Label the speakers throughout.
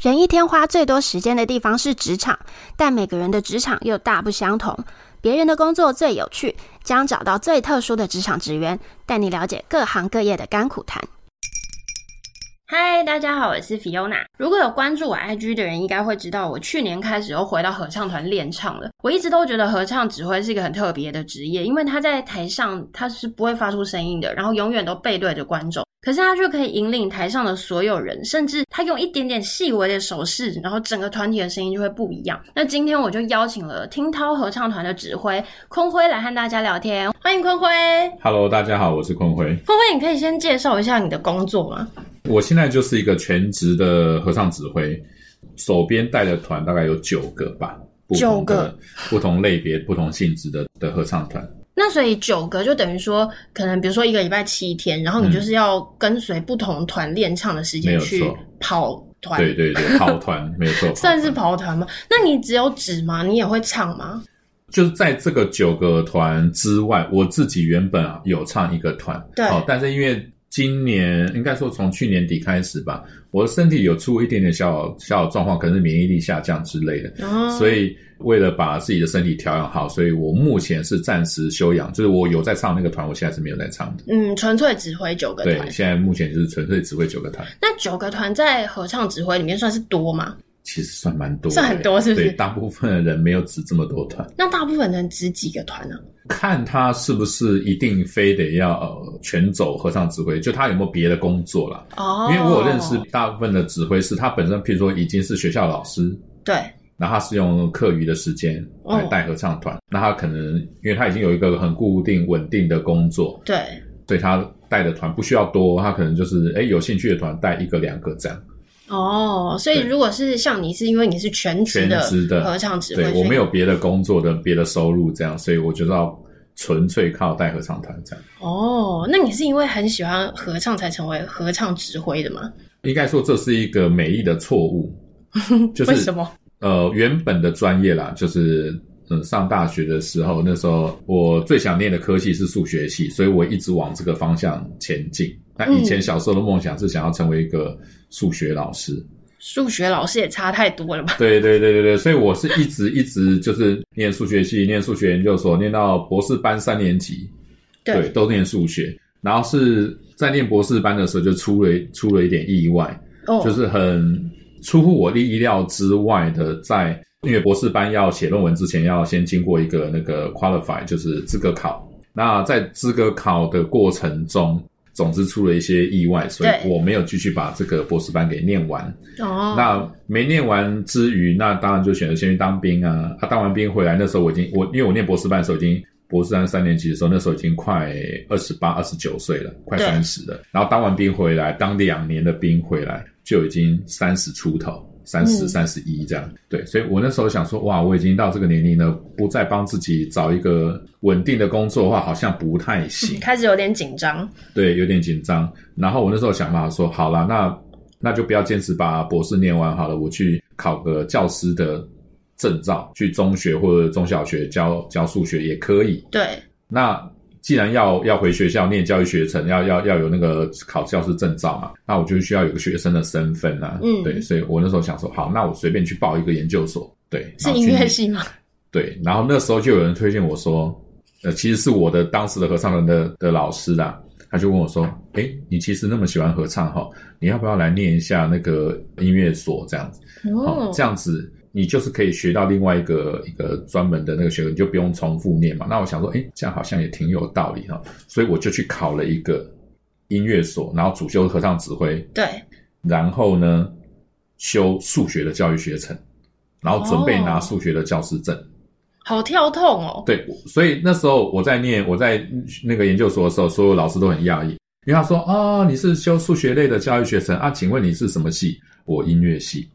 Speaker 1: 人一天花最多时间的地方是职场，但每个人的职场又大不相同。别人的工作最有趣，将找到最特殊的职场职员，带你了解各行各业的甘苦谈。嗨，大家好，我是 Fiona。如果有关注我 IG 的人，应该会知道我去年开始又回到合唱团练唱了。我一直都觉得合唱指挥是一个很特别的职业，因为他在台上他是不会发出声音的，然后永远都背对着观众。可是他却可以引领台上的所有人，甚至他用一点点细微的手势，然后整个团体的声音就会不一样。那今天我就邀请了听涛合唱团的指挥坤辉来和大家聊天，欢迎坤辉。
Speaker 2: Hello，大家好，我是坤辉。
Speaker 1: 坤辉，你可以先介绍一下你的工作吗？
Speaker 2: 我现在就是一个全职的合唱指挥，手边带的团大概有九个吧，不
Speaker 1: 九
Speaker 2: 同
Speaker 1: 个
Speaker 2: 的不同类别、不同性质的的合唱团。
Speaker 1: 那所以九个就等于说，可能比如说一个礼拜七天，然后你就是要跟随不同团练唱的时
Speaker 2: 嗯没
Speaker 1: 间
Speaker 2: 有
Speaker 1: 去
Speaker 2: 错
Speaker 1: 跑团，
Speaker 2: 对对 对，跑团没错，
Speaker 1: 算是
Speaker 2: 跑团
Speaker 1: 跑团吗？那你只有指吗？你也会唱吗？
Speaker 2: 就是在这个九个团之外，我自己原本啊有唱一个团，
Speaker 1: 对
Speaker 2: 哦，但是因为今年应该说从去年底开始吧，我的身体有出一点点小小状况，可能是免疫力下降之类的，
Speaker 1: 哦，
Speaker 2: 所以为了把自己的身体调养好，所以我目前是暂时休养，就是我有在唱那个团，我现在是没有在唱的。
Speaker 1: 嗯，纯粹指挥九个
Speaker 2: 对
Speaker 1: 团，。
Speaker 2: 现在目前就是纯粹只会九个团，
Speaker 1: 那九个团在合唱指挥里面算是多吗？
Speaker 2: 其实算蛮多的，
Speaker 1: 算很多是不是
Speaker 2: 对，大部分的人没有指这么多团，
Speaker 1: 那大部分人指几个团呢、
Speaker 2: 看他是不是一定非得要、呃、全走合唱指挥，就他有没有别的工作啦。
Speaker 1: 哦，
Speaker 2: 因为我有认识大部分的指挥师，他本身譬如说已经是学校老师，
Speaker 1: 对，
Speaker 2: 然后他是用课余的时间来
Speaker 1: 哦
Speaker 2: 带合唱团，那他可能因为他已经有一个很固定稳定的工作，
Speaker 1: 对，
Speaker 2: 所以他带的团不需要多，他可能就是哎有兴趣的团带一个两个这样。
Speaker 1: 哦，所以
Speaker 2: 对
Speaker 1: 如果是像你，是因为你是全职的
Speaker 2: 全职的
Speaker 1: 合唱指挥，
Speaker 2: 对
Speaker 1: 所以
Speaker 2: 我没有别的工作的别的收入这样，所以我就要纯粹靠带合唱团这样。
Speaker 1: 哦，那你是因为很喜欢合唱才成为合唱指挥的吗？
Speaker 2: 应该说这是一个美意的错误， 就是
Speaker 1: 为什么？
Speaker 2: 呃原本的专业啦，就是。嗯，上大学的时候，那时候我最想念的科系是数学系，所以我一直往这个方向前进。那以
Speaker 1: 嗯
Speaker 2: 前小时候的梦想是想要成为一个数学老师，
Speaker 1: 数学老师也差太多了吧？
Speaker 2: 对对对对对，所以我是一直一直就是念数学系，念数学研究所，念到博士班三年级，对，都念数学。然后是在念博士班的时候，就出了出了一点意外，
Speaker 1: 哦，
Speaker 2: 就是很出乎我意料之外的在，因为博士班要写论文之前，要先经过一个那个 qualify，就是资格考。那在资格考的过程中，总之出了一些意外，所以
Speaker 1: 对
Speaker 2: 我没有继续把这个博士班给念完。
Speaker 1: 哦，
Speaker 2: 那没念完之余，那当然就选择先去当兵啊。啊，当完兵回来，那时候我已经我因为我念博士班的时候已经博士班三年级的时候，那时候已经快二十八、二十九岁了，快
Speaker 1: 对
Speaker 2: 三十了。然后当完兵回来，当两年的兵回来，就已经三十出头。三十、
Speaker 1: 嗯
Speaker 2: 三十一这样，对，所以我那时候想说，哇，我已经到这个年龄了，不再帮自己找一个稳定的工作的话，好像不太行。
Speaker 1: 开始有点紧张。
Speaker 2: 对，有点紧张。然后我那时候想法说，好啦，那那就不要坚持把博士念完好了，我去考个教师的证照，去中学或者中小学教教数学也可以。
Speaker 1: 对，
Speaker 2: 那既然要要回学校念教育学程，要要要有那个考教师证照嘛，那我就需要有个学生的身份啊。
Speaker 1: 嗯
Speaker 2: 对，所以我那时候想说，好，那我随便去报一个研究所，对，
Speaker 1: 是
Speaker 2: 然后
Speaker 1: 音
Speaker 2: 去
Speaker 1: 乐
Speaker 2: 念
Speaker 1: 系吗？
Speaker 2: 对，然后那时候就有人推荐我说，呃，其实是我的当时的合唱团的的老师啦，他就问我说，哎，你其实那么喜欢合唱哈，你要不要来念一下那个音乐所这样子？ 哦
Speaker 1: 哦，，
Speaker 2: 这样子你就是可以学到另外一个一个专门的那个学科，你就不用重复念嘛。那我想说，哎，这样好像也挺有道理哈、所以我就去考了一个音乐所，然后主修合唱指挥，
Speaker 1: 对，
Speaker 2: 然后呢修数学的教育学程，然后准备拿
Speaker 1: 哦
Speaker 2: 数学的教师证。
Speaker 1: 好跳痛哦。
Speaker 2: 对，所以那时候我在念我在那个研究所的时候，所有老师都很讶异，因为他说：“哦，你是修数学类的教育学生啊？请问你是什么系？我音 乐系。”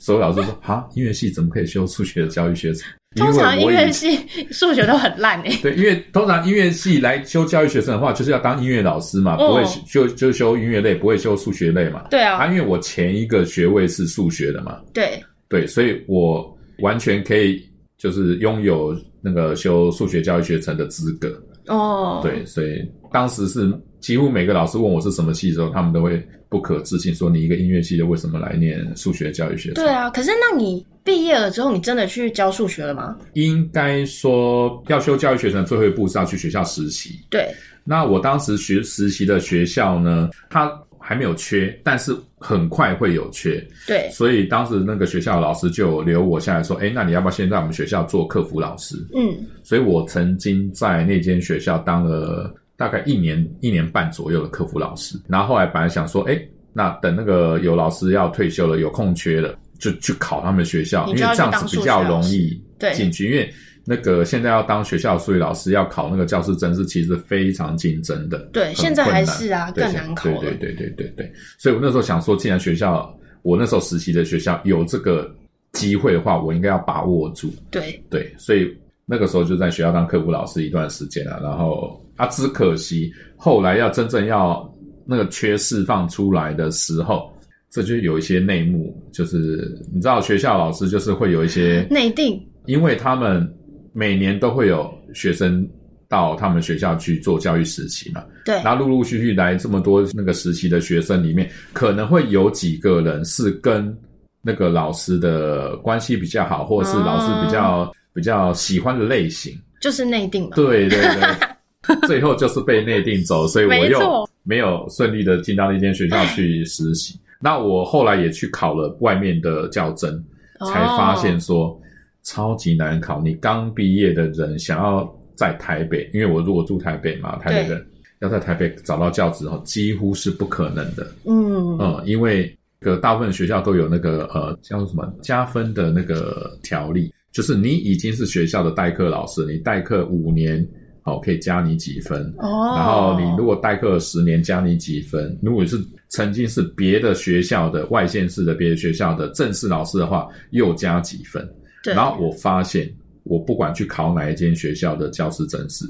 Speaker 2: 所有老师说：“啊，音乐系怎么可以修数学的教育学生？因
Speaker 1: 通常
Speaker 2: 为
Speaker 1: 音
Speaker 2: 我
Speaker 1: 乐
Speaker 2: 已
Speaker 1: 系数学都很烂欸诶。
Speaker 2: 对，因为通常音乐系来修教育学生的话，就是要当音乐老师嘛，
Speaker 1: 哦
Speaker 2: 不会就就修音乐类，不会修数学类嘛。
Speaker 1: 对
Speaker 2: 啊，
Speaker 1: 啊，
Speaker 2: 因为我前一个学位是数学的嘛，
Speaker 1: 对，
Speaker 2: 对，所以我完全可以就是拥有那个修数学教育学程的资格。”
Speaker 1: 哦，
Speaker 2: 对，所以当时是几乎每个老师问我是什么系的时候，他们都会不可置信，说你一个音乐系的为什么来念数学教育学程？
Speaker 1: 对啊，可是那你毕业了之后，你真的去教数学了吗？
Speaker 2: 应该说要修教育学程，最后一步是要去学校实习。
Speaker 1: 对，
Speaker 2: 那我当时学实习的学校呢，它还没有缺，但是很快会有缺，
Speaker 1: 对，
Speaker 2: 所以当时那个学校老师就留我下来说，哎，那你要不要先在我们学校做客服老师？
Speaker 1: 嗯，
Speaker 2: 所以我曾经在那间学校当了大概一年一年半左右的客服老师，然后后来本来想说，哎，那等那个有老师要退休了，有空缺了，就去考他们学校，
Speaker 1: 你
Speaker 2: 因
Speaker 1: 就
Speaker 2: 为
Speaker 1: 要去
Speaker 2: 这样
Speaker 1: 当
Speaker 2: 子
Speaker 1: 数
Speaker 2: 比
Speaker 1: 学
Speaker 2: 较
Speaker 1: 老
Speaker 2: 容
Speaker 1: 师
Speaker 2: 易
Speaker 1: 对
Speaker 2: 进去，因为。那个现在要当学校数学老师，要考那个教师证是其实非常竞争的，
Speaker 1: 对，
Speaker 2: 很
Speaker 1: 现在
Speaker 2: 困
Speaker 1: 还
Speaker 2: 难
Speaker 1: 是啊，
Speaker 2: 对
Speaker 1: 更难考了。
Speaker 2: 对对对对对对，所以我那时候想说，既然学校我那时候实习的学校有这个机会的话，我应该要把握住。
Speaker 1: 对
Speaker 2: 对，所以那个时候就在学校当客服老师一段时间了。然后啊，只可惜后来要真正要那个缺释放出来的时候，这就有一些内幕，就是你知道学校老师就是会有一些
Speaker 1: 内定，
Speaker 2: 因为他们每年都会有学生到他们学校去做教育实习嘛，
Speaker 1: 对
Speaker 2: 然后陆陆续续来这么多那个实习的学生里面，可能会有几个人是跟那个老师的关系比较好，或者是老师比较、
Speaker 1: 哦
Speaker 2: 比较喜欢的类型。
Speaker 1: 就是内定嘛。
Speaker 2: 对 对对，最后就是被内定走，所以我
Speaker 1: 没
Speaker 2: 又
Speaker 1: 错
Speaker 2: 没有顺利的进到那间学校去实习。那我后来也去考了外面的教甄，
Speaker 1: 哦，
Speaker 2: 才发现说超级难考。你刚毕业的人想要在台北，因为我如果住台北嘛，台北人要在台北找到教职哦，几乎是不可能的。
Speaker 1: 嗯，
Speaker 2: 嗯，因为个大部分学校都有那个呃叫什么加分的那个条例，就是你已经是学校的代课老师，你代课五年，好、可以加你几分。
Speaker 1: 哦，
Speaker 2: 然后你如果代课十年，加你几分？如果是曾经是别的学校的外县市的别的学校的正式老师的话，又加几分。
Speaker 1: 对，
Speaker 2: 然后我发现，我不管去考哪一间学校的教师正式，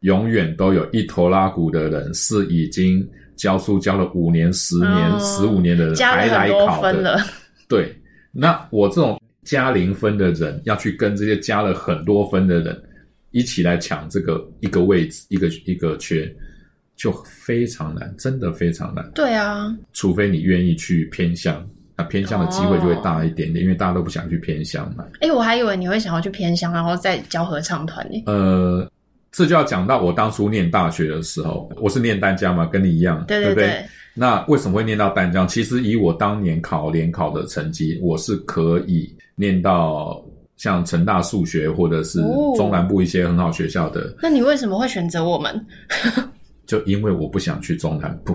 Speaker 2: 永远都有一头拉骨的人是已经教书教了五年、十年、
Speaker 1: 嗯
Speaker 2: 十五年的人
Speaker 1: 加
Speaker 2: 还
Speaker 1: 了很
Speaker 2: 来
Speaker 1: 多
Speaker 2: 考
Speaker 1: 分
Speaker 2: 的。
Speaker 1: 了，
Speaker 2: 对，那我这种加零分的人，要去跟这些加了很多分的人一起来抢这个一个位置、一个一个缺，就非常难，真的非常难。
Speaker 1: 对啊，
Speaker 2: 除非你愿意去偏乡，那偏乡的机会就
Speaker 1: 哦
Speaker 2: 会大一点点，因为大家都不想去偏乡嘛。
Speaker 1: 哎，我还以为你会想要去偏乡，然后再教合唱团呢。
Speaker 2: 呃，这就要讲到我当初念大学的时候，我是念丹江嘛，跟你一样，
Speaker 1: 对
Speaker 2: 不对？
Speaker 1: 对，
Speaker 2: 那为什么会念到丹江？其实以我当年考联考的成绩，我是可以念到像成大数学或者是
Speaker 1: 哦
Speaker 2: 中南部一些很好学校的，
Speaker 1: 那你为什么会选择我们？
Speaker 2: 就因为我不想去中南 部，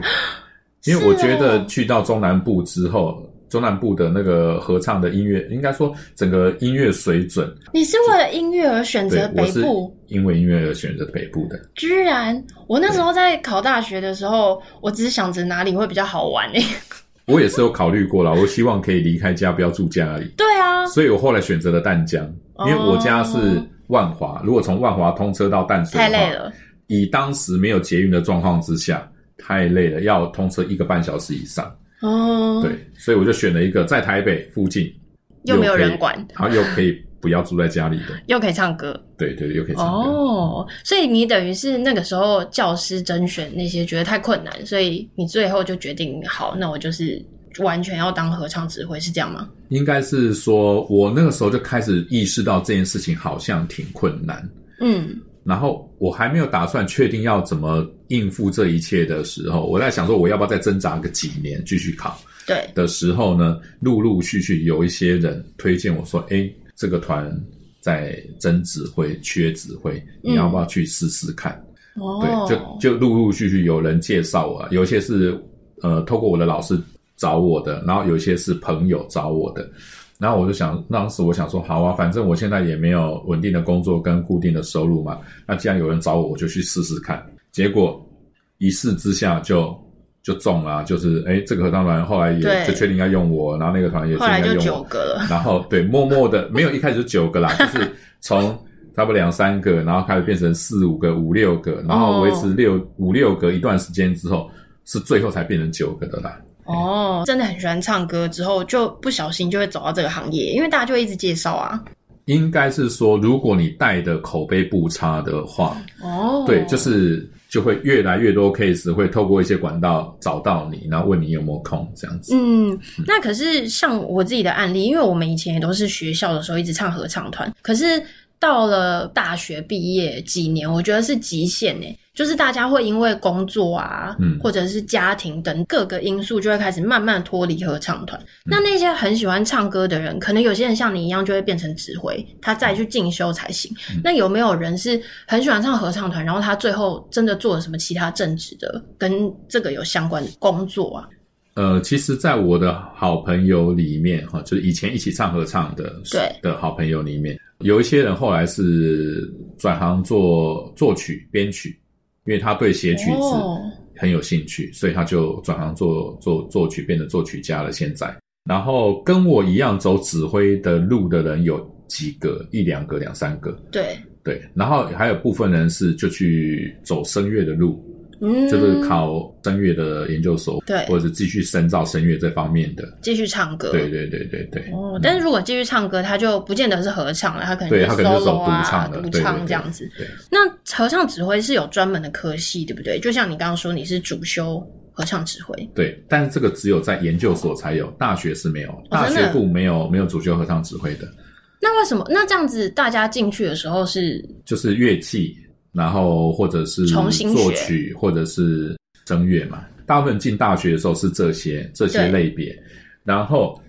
Speaker 2: 因为我
Speaker 1: 啊
Speaker 2: 觉得去到中南部之后。中南部的那个合唱的音乐，应该说整个音乐水准，
Speaker 1: 你是为了音乐而选
Speaker 2: 对
Speaker 1: 择
Speaker 2: 我
Speaker 1: 北
Speaker 2: 是
Speaker 1: 部？
Speaker 2: 因为音乐而选择北部的。
Speaker 1: 居然，我那时候在考大学的时候，我只是想着哪里会比较好玩欸诶。
Speaker 2: 我也是有考虑过啦，我希望可以离开家，不要住家里，
Speaker 1: 对啊，
Speaker 2: 所以我后来选择了淡江，因为我家是万华，如果从万华通车到淡水的
Speaker 1: 哦太
Speaker 2: 话，
Speaker 1: 累。了。
Speaker 2: 以当时没有捷运的状况之下，太累了，要通车一个半小时以上。
Speaker 1: 哦，
Speaker 2: 对，所以我就选了一个在台北附近，
Speaker 1: 又没有
Speaker 2: 可以
Speaker 1: 人管，
Speaker 2: 然后又可以不要住在家里的，
Speaker 1: 又可以唱歌
Speaker 2: 对对，又可以唱歌。
Speaker 1: 哦，所以你等于是那个时候教师甄选那些觉得太困难，所以你最后就决定好，那我就是完全要当合唱指挥，是这样吗？
Speaker 2: 应该是说，我那个时候就开始意识到这件事情好像挺困难。
Speaker 1: 嗯，
Speaker 2: 然后我还没有打算确定要怎么应付这一切的时候，我在想说我要不要再挣扎个几年继续考
Speaker 1: 对，
Speaker 2: 的时候呢，陆陆续续有一些人推荐我说：“哎，这个团在争指挥，缺指挥，你要不要去试试看？”
Speaker 1: 哦，
Speaker 2: 对，就就陆陆续续有人介绍我，有一些是呃透过我的老师找我的，然后有一些是朋友找我的，然后我就想，当时我想说，好啊，反正我现在也没有稳定的工作跟固定的收入嘛，那既然有人找我，我就去试试看。结果一试之下就就中了啊、就是哎，这个合唱团后来也
Speaker 1: 对
Speaker 2: 就确定要用我，然后那个团也确
Speaker 1: 后来
Speaker 2: 定
Speaker 1: 就
Speaker 2: 要用
Speaker 1: 九
Speaker 2: 我，
Speaker 1: 个了，
Speaker 2: 然后对，默默的没有一开始就九个啦，就是从差不多两三个，然后开始变成四五个、五六个，然后维持六、五六个一段时间之后，是最后才变成九个的啦。
Speaker 1: 哦，真的很喜欢唱歌，之后就不小心就会走到这个行业，因为大家就会一直介绍啊。
Speaker 2: 应该是说，如果你带的口碑不差的话，
Speaker 1: 哦，
Speaker 2: 对，就是就会越来越多 case 会透过一些管道找到你，然后问你有没有空这样子。
Speaker 1: 嗯，那可是像我自己的案例，因为我们以前也都是学校的时候一直唱合唱团，可是到了大学毕业几年，我觉得是极限呢、就是大家会因为工作啊，
Speaker 2: 嗯
Speaker 1: 或者是家庭等各个因素，就会开始慢慢脱离合唱团。那那些很喜欢唱歌的人，可能有些人像你一样，就会变成指挥，他再去进修才行。那有没有人是很喜欢唱合唱团，然后他最后真的做了什么其他正职的，跟这个有相关的工作啊？
Speaker 2: 呃，其实，在我的好朋友里面，哈，就是以前一起唱合唱的，
Speaker 1: 对
Speaker 2: 的好朋友里面，有一些人后来是转行做作曲、编曲，因为他对写曲子
Speaker 1: 哦
Speaker 2: 很有兴趣，所以他就转行做做作曲，变成作曲家了。现在，然后跟我一样走指挥的路的人有几个，一两个、两三个，
Speaker 1: 对，
Speaker 2: 对。然后还有部分人是就去走声乐的路，
Speaker 1: 嗯，
Speaker 2: 就是考声乐的研究所，
Speaker 1: 对
Speaker 2: 或者是继续深造声乐这方面的，
Speaker 1: 继续唱歌。
Speaker 2: 对对对对嗯对，
Speaker 1: 哦，但是如果继续唱歌，他就不见得是合唱了，他可能
Speaker 2: 对
Speaker 1: 是
Speaker 2: 他可能是走
Speaker 1: solo
Speaker 2: 独
Speaker 1: 啊、
Speaker 2: 唱的
Speaker 1: 独
Speaker 2: 对对
Speaker 1: 唱
Speaker 2: 对
Speaker 1: 这样子。
Speaker 2: 对
Speaker 1: 那合唱指挥是有专门的科系，对不对？就像你刚刚说，你是主修合唱指挥，
Speaker 2: 对。但是这个只有在研究所才有，大学是没有，大
Speaker 1: 哦真
Speaker 2: 学
Speaker 1: 的
Speaker 2: 部没有没有主修合唱指挥的，
Speaker 1: 那为什么？那这样子大家进去的时候是
Speaker 2: 就是乐器，然后或者是
Speaker 1: 重新学
Speaker 2: 作曲，或者是声乐嘛。大部分进大学的时候是这些这些
Speaker 1: 对
Speaker 2: 类别，然后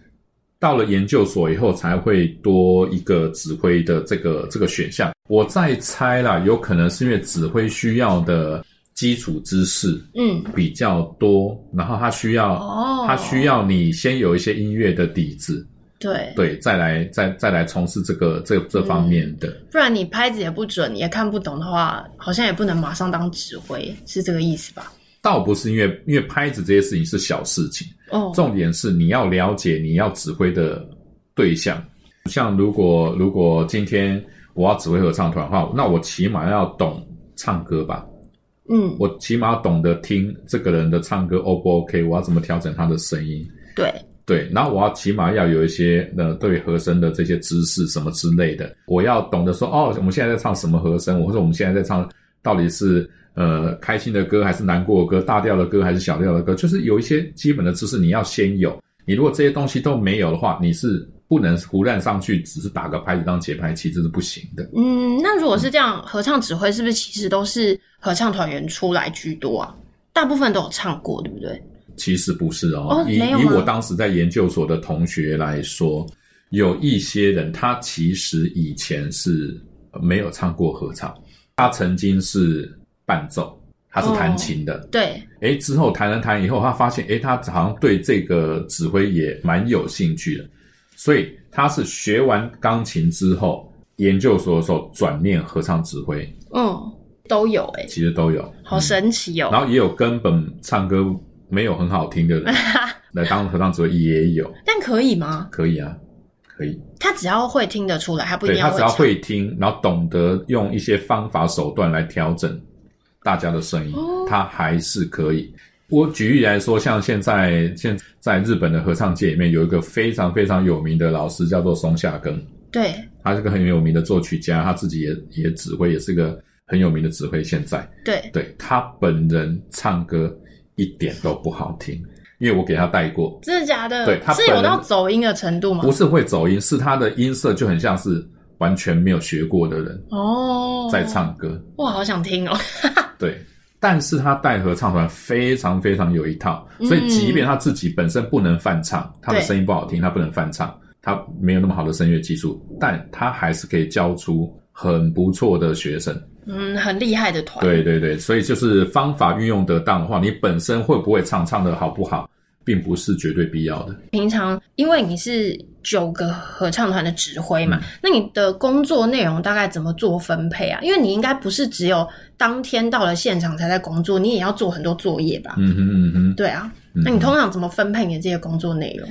Speaker 2: 到了研究所以后才会多一个指挥的这个这个选项。我在猜啦，有可能是因为指挥需要的基础知识
Speaker 1: 嗯
Speaker 2: 比较多，然后他需要、
Speaker 1: 哦，
Speaker 2: 他需要你先有一些音乐的底子，
Speaker 1: 对，
Speaker 2: 对，再来再再来从事这个这这方面的。
Speaker 1: 不然你拍子也不准，你也看不懂的话，好像也不能马上当指挥，是这个意思吧？
Speaker 2: 倒不是因为因为拍子这些事情是小事情，
Speaker 1: 哦，
Speaker 2: 重点是你要了解你要指挥的对象。像如果如果今天我要指挥合唱团的话，那我起码要懂唱歌吧，
Speaker 1: 嗯，
Speaker 2: 我起码懂得听这个人的唱歌 O 不 OK，我要怎么调整他的声音。
Speaker 1: 对，
Speaker 2: 对，然后我要起码要有一些呃对和声的这些知识什么之类的，我要懂得说哦，我们现在在唱什么和声，或者我们现在在唱到底是呃开心的歌还是难过的歌，大调的歌还是小调的歌，就是有一些基本的知识你要先有。你如果这些东西都没有的话，你是不能胡乱上去，只是打个拍子当节拍器，这是不行的。
Speaker 1: 嗯，那如果是这样，合唱指挥是不是其实都是合唱团员出来居多啊？大部分都有唱过，对不对？
Speaker 2: 其实不是哦，
Speaker 1: 哦
Speaker 2: 以
Speaker 1: 没有
Speaker 2: 以
Speaker 1: 吗
Speaker 2: 我当时在研究所的同学来说，有一些人他其实以前是呃没有唱过合唱，他曾经是伴奏，他是弹琴的。
Speaker 1: 对，
Speaker 2: 诶，之后弹了弹以后，他发现诶，他好像对这个指挥也蛮有兴趣的，所以他是学完钢琴之后，研究所的时候转念合唱指挥，
Speaker 1: 嗯，都有哎、
Speaker 2: 其实都有。
Speaker 1: 好神奇哦、
Speaker 2: 嗯然后也有根本唱歌没有很好听 的人来当合唱指挥也有，
Speaker 1: 但可以吗？
Speaker 2: 可以啊，可以。
Speaker 1: 他只要会听得出来，他不一
Speaker 2: 对
Speaker 1: 定
Speaker 2: 他
Speaker 1: 会
Speaker 2: 只
Speaker 1: 唱。
Speaker 2: 要会听，然后懂得用一些方法手段来调整大家的声音，
Speaker 1: 哦
Speaker 2: 他还是可以。我举例来说，像现在现在日本的合唱界里面有一个非常非常有名的老师，叫做松下耕，
Speaker 1: 对
Speaker 2: 他是个很有名的作曲家，他自己也也指挥，也是个很有名的指挥。现在
Speaker 1: 对，
Speaker 2: 对他本人唱歌一点都不好听，因为我给他带过，
Speaker 1: 真的假的？
Speaker 2: 对他
Speaker 1: 是
Speaker 2: 本
Speaker 1: 有
Speaker 2: 人
Speaker 1: 到走音的程度吗
Speaker 2: 不？是会走音，是他的音色就很像是完全没有学过的人
Speaker 1: 哦，
Speaker 2: 在，唱歌。
Speaker 1: 哇，好想听哦、
Speaker 2: 对，但是他带合唱团非常非常有一套，
Speaker 1: 嗯
Speaker 2: 所以即便他自己本身不能翻唱，他的
Speaker 1: 对
Speaker 2: 声音不好听，他不能翻唱，他没有那么好的声乐技术，但他还是可以教出很不错的学生。
Speaker 1: 嗯，很厉害的团。
Speaker 2: 对对对，所以就是方法运用得当的话，你本身会不会唱，唱的好不好，并不是绝对必要的。
Speaker 1: 平常因为你是九个合唱团的指挥嘛，
Speaker 2: 嗯
Speaker 1: 那你的工作内容大概怎么做分配啊？因为你应该不是只有当天到了现场才在工作，你也要做很多作业吧？
Speaker 2: 嗯哼嗯哼。
Speaker 1: 对啊，
Speaker 2: 嗯
Speaker 1: 那你通常怎么分配你的这些工作内容？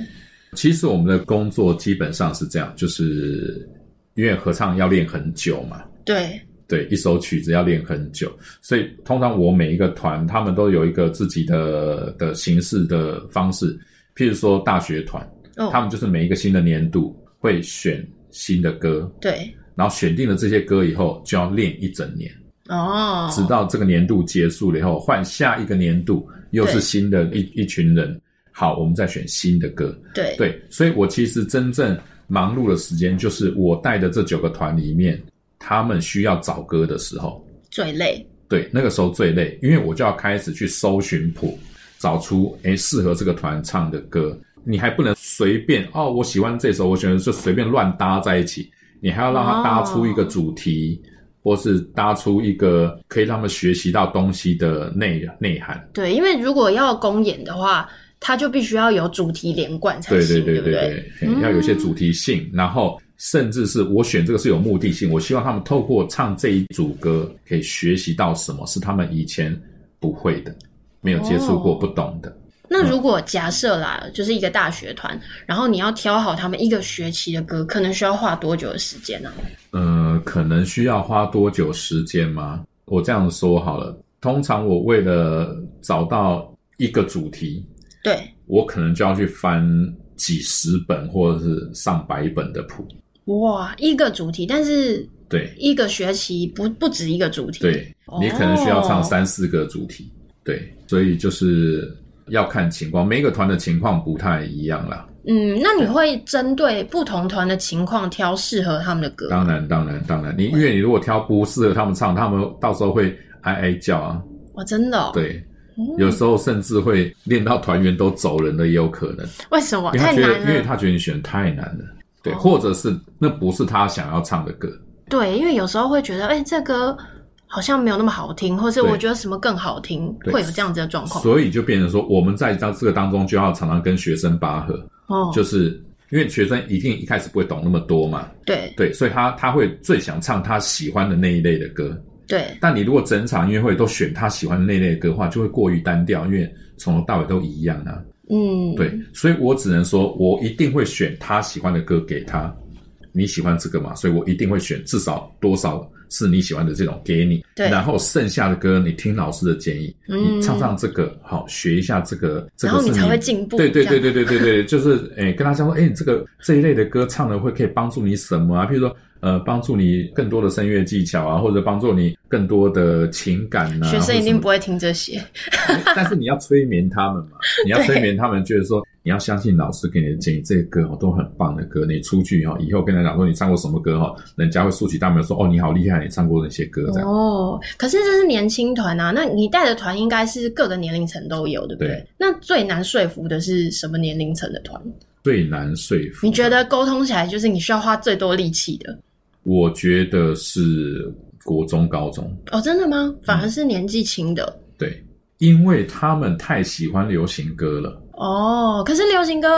Speaker 2: 其实我们的工作基本上是这样，就是因为合唱要练很久嘛，
Speaker 1: 对，
Speaker 2: 对，一首曲子要练很久，所以通常我每一个团他们都有一个自己的的形式的方式，譬如说大学团，他
Speaker 1: 哦，
Speaker 2: 们就是每一个新的年度会选新的歌，
Speaker 1: 对，
Speaker 2: 然后选定了这些歌以后就要练一整年。
Speaker 1: 哦，
Speaker 2: 直到这个年度结束了以后，换下一个年度又是新的一一群人，好，我们再选新的歌。
Speaker 1: 对
Speaker 2: 对，所以我其实真正忙碌的时间，就是我带的这九个团里面，他们需要找歌的时候，
Speaker 1: 最累，
Speaker 2: 对，那个时候最累，因为我就要开始去搜寻谱，找出诶适合这个团唱的歌。你还不能随便哦，我喜欢这首，我喜欢就随便乱搭在一起，你还要让它搭出一个主题，或是搭出一个可以让他们学习到东西的内内涵。
Speaker 1: 对，因为如果要公演的话，它就必须要有主题连贯才
Speaker 2: 对对
Speaker 1: 行，
Speaker 2: 对
Speaker 1: 不对？
Speaker 2: 对，嘿要有一些主题性，然后甚至是我选这个是有目的性，我希望他们透过唱这一组歌，可以学习到什么是他们以前不会的、没有接触过、
Speaker 1: 哦
Speaker 2: 不懂的。
Speaker 1: 那如果假设啦，就是一个大学团，然后你要挑好他们一个学期的歌，可能需要花多久的时间呢、
Speaker 2: 呃，可能需要花多久时间吗？我这样说好了，通常我为了找到一个主题，
Speaker 1: 对，
Speaker 2: 我可能就要去翻几十本或者是上百本的谱。
Speaker 1: 哇，一个主题，但是
Speaker 2: 对，
Speaker 1: 一个学期不不止一个主题，
Speaker 2: 对
Speaker 1: 哦
Speaker 2: 你可能需要唱三四个主题，对，所以就是要看情况，每一个团的情况不太一样啦。
Speaker 1: 嗯，那你会针对不同团的情况挑适合他们的歌？
Speaker 2: 当然，当然，当然，你因为你如果挑不适合他们唱，他们到时候会哀哀叫啊。
Speaker 1: 哇，真的、哦？，
Speaker 2: 对，
Speaker 1: 嗯
Speaker 2: 有时候甚至会练到团员都走人的也有可能，
Speaker 1: 为什么
Speaker 2: 因为
Speaker 1: 哦
Speaker 2: 他
Speaker 1: 太
Speaker 2: 觉
Speaker 1: 难
Speaker 2: 得，因为
Speaker 1: 了？
Speaker 2: 他觉得你选太难了。对，
Speaker 1: 哦
Speaker 2: 或者是那不是他想要唱的歌，
Speaker 1: 对，因为有时候会觉得，哎、这歌好像没有那么好听，或是
Speaker 2: 对
Speaker 1: 我觉得什么更好听，
Speaker 2: 对
Speaker 1: 会有这样子的状况。
Speaker 2: 所以就变成说，我们在这这个当中就要常常跟学生拔河，
Speaker 1: 哦，
Speaker 2: 就是因为学生一定一开始不会懂那么多嘛，
Speaker 1: 对
Speaker 2: 对，所以他他会最想唱他喜欢的那一类的歌。
Speaker 1: 对，
Speaker 2: 但你如果整场音乐会都选他喜欢的那一类的歌的话，就会过于单调，因为从头到尾都一样啊。
Speaker 1: 嗯，
Speaker 2: 对，所以我只能说，我一定会选他喜欢的歌给他。你喜欢这个嘛？所以我一定会选至少多少是你喜欢的这种给你。
Speaker 1: 对
Speaker 2: 然后剩下的歌，你听老师的建议，
Speaker 1: 嗯
Speaker 2: 你唱唱这个，好学一下这个，这
Speaker 1: 然
Speaker 2: 个
Speaker 1: 后
Speaker 2: 是
Speaker 1: 你才会进步。
Speaker 2: 对对
Speaker 1: 这
Speaker 2: 对
Speaker 1: 样，
Speaker 2: 对对对 对，就是诶、跟他讲说，诶、哎你这个这一类的歌唱了会可以帮助你什么啊？譬如说，呃，帮助你更多的声乐技巧啊，或者帮助你更多的情感啊。
Speaker 1: 学生一定不
Speaker 2: 会，
Speaker 1: 会听这些。
Speaker 2: 但是你要催眠他们嘛，你要
Speaker 1: 对
Speaker 2: 催眠他们，觉得说你要相信老师给你的建议，这些歌哦都很棒的歌。你出去哈、哦，以后跟他讲说你唱过什么歌哈、哦，人家会竖起大拇说哦你好厉害，你唱过那些歌这样。
Speaker 1: 哦，可是这是年轻团啊，那你带的团应该是各个年龄层都有，对不对？
Speaker 2: 对嗯
Speaker 1: 那最难说服的是什么年龄层的团？
Speaker 2: 最难说服
Speaker 1: 你觉？得沟通起来就是你需要花最多力气的
Speaker 2: 我觉得是国中、高中。
Speaker 1: 哦？真的吗？反而是年纪轻的、
Speaker 2: 对，因为他们太喜欢流行歌了。
Speaker 1: 哦。可是流行歌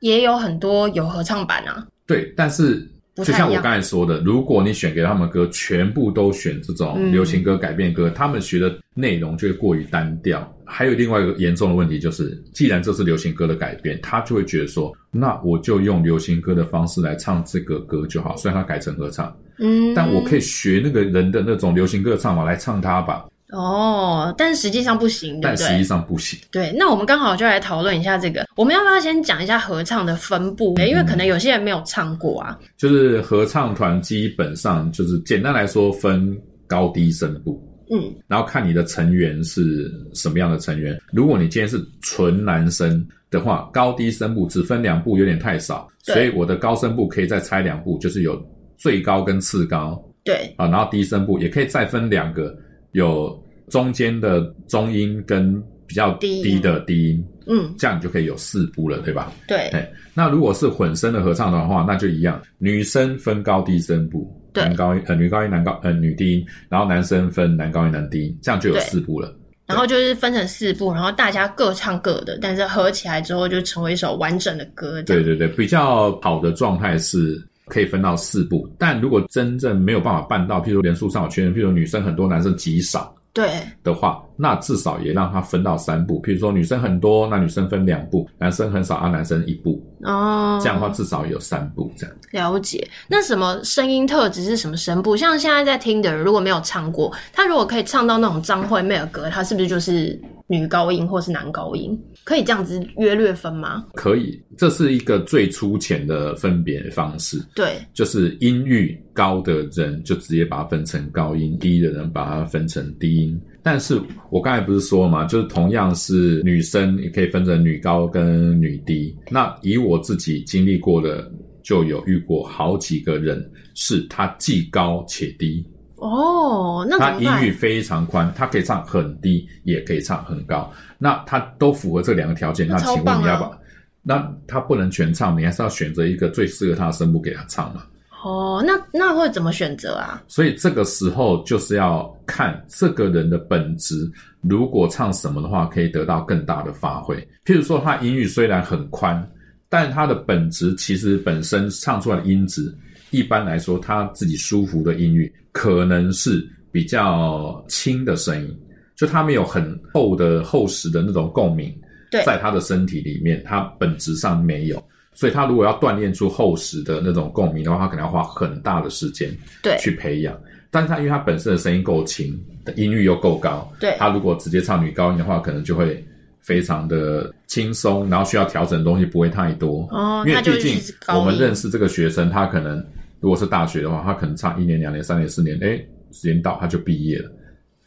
Speaker 1: 也有很多有合唱版啊，
Speaker 2: 对，但是
Speaker 1: 不
Speaker 2: 就
Speaker 1: 太一
Speaker 2: 像
Speaker 1: 样
Speaker 2: 我刚才说的，如果你选给他们歌，全部都选这
Speaker 1: 嗯
Speaker 2: 种流行歌、改变歌，他们学的内容就会过于单调。还有另外一个严重的问题就是，既然这是流行歌的改编，他就会觉得说，那我就用流行歌的方式来唱这个歌就好，虽然它改成合唱，
Speaker 1: 嗯，
Speaker 2: 但我可以学那个人的那种流行歌的唱法来唱它吧，
Speaker 1: 哦，但实际上不行，对
Speaker 2: 但
Speaker 1: 不
Speaker 2: 实际
Speaker 1: 对？
Speaker 2: 上不行。
Speaker 1: 对，那我们刚好就来讨论一下这个，我们要不要先讲一下合唱的分布？因为可能有些人没有唱过啊，
Speaker 2: 就是合唱团基本上就是简单来说分高低声部，
Speaker 1: 嗯，
Speaker 2: 然后看你的成员是什么样的成员。如果你今天是纯男生的话，高低声部只分两部有点太少，
Speaker 1: 对
Speaker 2: 所以我的高声部可以再拆两部，就是有最高跟次高
Speaker 1: 对，
Speaker 2: 啊，然后低声部也可以再分两个，有中间的中音跟比较
Speaker 1: 低音
Speaker 2: 低的低音，
Speaker 1: 嗯，
Speaker 2: 这样你就可以有四部了，对吧？
Speaker 1: 对，
Speaker 2: 哎，那如果是混声的合唱团的话，那就一样，女生分高低声部，
Speaker 1: 对
Speaker 2: 男高音呃女高音男高呃女低音，然后男生分男高音男低音，这样就有
Speaker 1: 对
Speaker 2: 四部了。
Speaker 1: 然后就是分成四部，然后大家各唱各的，但是合起来之后就成为一首完整的歌。这
Speaker 2: 对
Speaker 1: 样，
Speaker 2: 对对，比较好的状态是。可以分到四部，但如果真正没有办法办到，譬如人数上有缺人，譬如女生很多，男生极少
Speaker 1: 对
Speaker 2: 的话，那至少也让它分到三部。譬如说女生很多，那女生分两部；男生很少，啊男生一部。
Speaker 1: 哦，
Speaker 2: 这样的话，至少有三部这样。
Speaker 1: 了解。那什么声音特质是什么声部？像现在在听的人，如果没有唱过，他如果可以唱到那种张惠妹的歌，他是不是就是女高音或是男高音，可以这样子约略分吗？
Speaker 2: 可以，这是一个最粗浅的分别方式，
Speaker 1: 对，
Speaker 2: 就是音域高的人就直接把它分成高音，低的人把它分成低音。但是我刚才不是说嘛，就是同样是女生，也可以分成女高跟女低。那以我自己经历过的，就有遇过好几个人，是他既高且低，
Speaker 1: 哦，那
Speaker 2: 他
Speaker 1: 怎么
Speaker 2: 音域
Speaker 1: 办？
Speaker 2: 非常宽，他可以唱很低，也可以唱很高，那他都符合这两个条件。
Speaker 1: 那
Speaker 2: 那
Speaker 1: 超
Speaker 2: 请
Speaker 1: 棒
Speaker 2: 问你要
Speaker 1: 啊
Speaker 2: 把？那他不能全唱，你还是要选择一个最适合他的声部给他唱嘛？
Speaker 1: 哦，那那会怎么选择啊？
Speaker 2: 所以这个时候就是要看这个人的本质，如果唱什么的话，可以得到更大的发挥。譬如说，他音域虽然很宽，但他的本质其实本身唱出来的音质，一般来说他自己舒服的音域可能是比较轻的声音，就他没有很厚的厚实的那种共鸣，
Speaker 1: 对
Speaker 2: 在他的身体里面，他本质上没有。所以他如果要锻炼出厚实的那种共鸣的话，他可能要花很大的时间。
Speaker 1: 对
Speaker 2: 去培养。但是他因为他本身的声音够轻，的音域又够高，
Speaker 1: 对
Speaker 2: 他如果直接唱女高音的话，可能就会非常的轻松，然后需要调整的东西不会太多。
Speaker 1: 哦，
Speaker 2: 因为
Speaker 1: 那就
Speaker 2: 毕
Speaker 1: 是
Speaker 2: 竟
Speaker 1: 一直高
Speaker 2: 我们
Speaker 1: 音
Speaker 2: 认识这个学生，他可能如果是大学的话，他可能唱一年、两年、三年、四年，哎，时间到他就毕业了。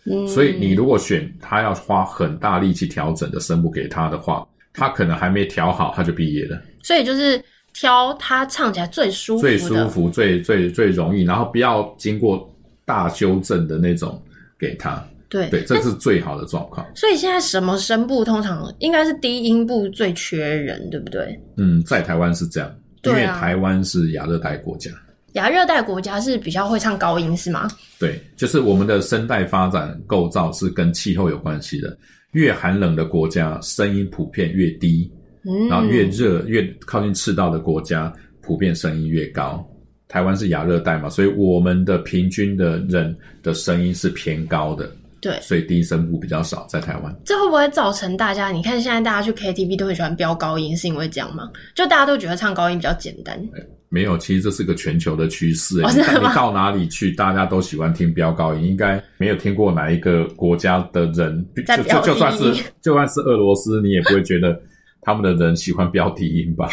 Speaker 1: 嗯
Speaker 2: 所以你如果选他要花很大力气调整的声部给他的话，他可能还没调好他就毕业了。
Speaker 1: 所以就是挑他唱起来最舒服的，
Speaker 2: 最舒服、最最最容易，然后不要经过大修正的那种给他，
Speaker 1: 对
Speaker 2: 对，这是最好的状况。
Speaker 1: 所以现在什么声部通常应该是低音部最缺人，对不对？
Speaker 2: 嗯，在台湾是这样，因为
Speaker 1: 对啊
Speaker 2: 台湾是亚热带国家，
Speaker 1: 亚热带国家是比较会唱高音是吗？
Speaker 2: 对，就是我们的声带发展构造是跟气候有关系的。越寒冷的国家，声音普遍越低，
Speaker 1: 嗯，
Speaker 2: 然后越热、越靠近赤道的国家，普遍声音越高。台湾是亚热带嘛，所以我们的平均的人的声音是偏高的，
Speaker 1: 对，
Speaker 2: 所以低声部比较少在台湾。
Speaker 1: 这会不会造成大家？你看现在大家去 KTV 都很喜欢飙高音，是因为这样吗？就大家都觉得唱高音比较简单，
Speaker 2: 没有，其实这是个全球的趋势、
Speaker 1: 哦
Speaker 2: 欸。
Speaker 1: 真
Speaker 2: 你
Speaker 1: 的
Speaker 2: 看
Speaker 1: 吗
Speaker 2: 你到哪里去，大家都喜欢听飙高音，应该没有听过哪一个国家的人，就
Speaker 1: 在飙
Speaker 2: 就就算
Speaker 1: 低音
Speaker 2: 是就算是俄罗斯，你也不会觉得他们的人喜欢飙低音 吧？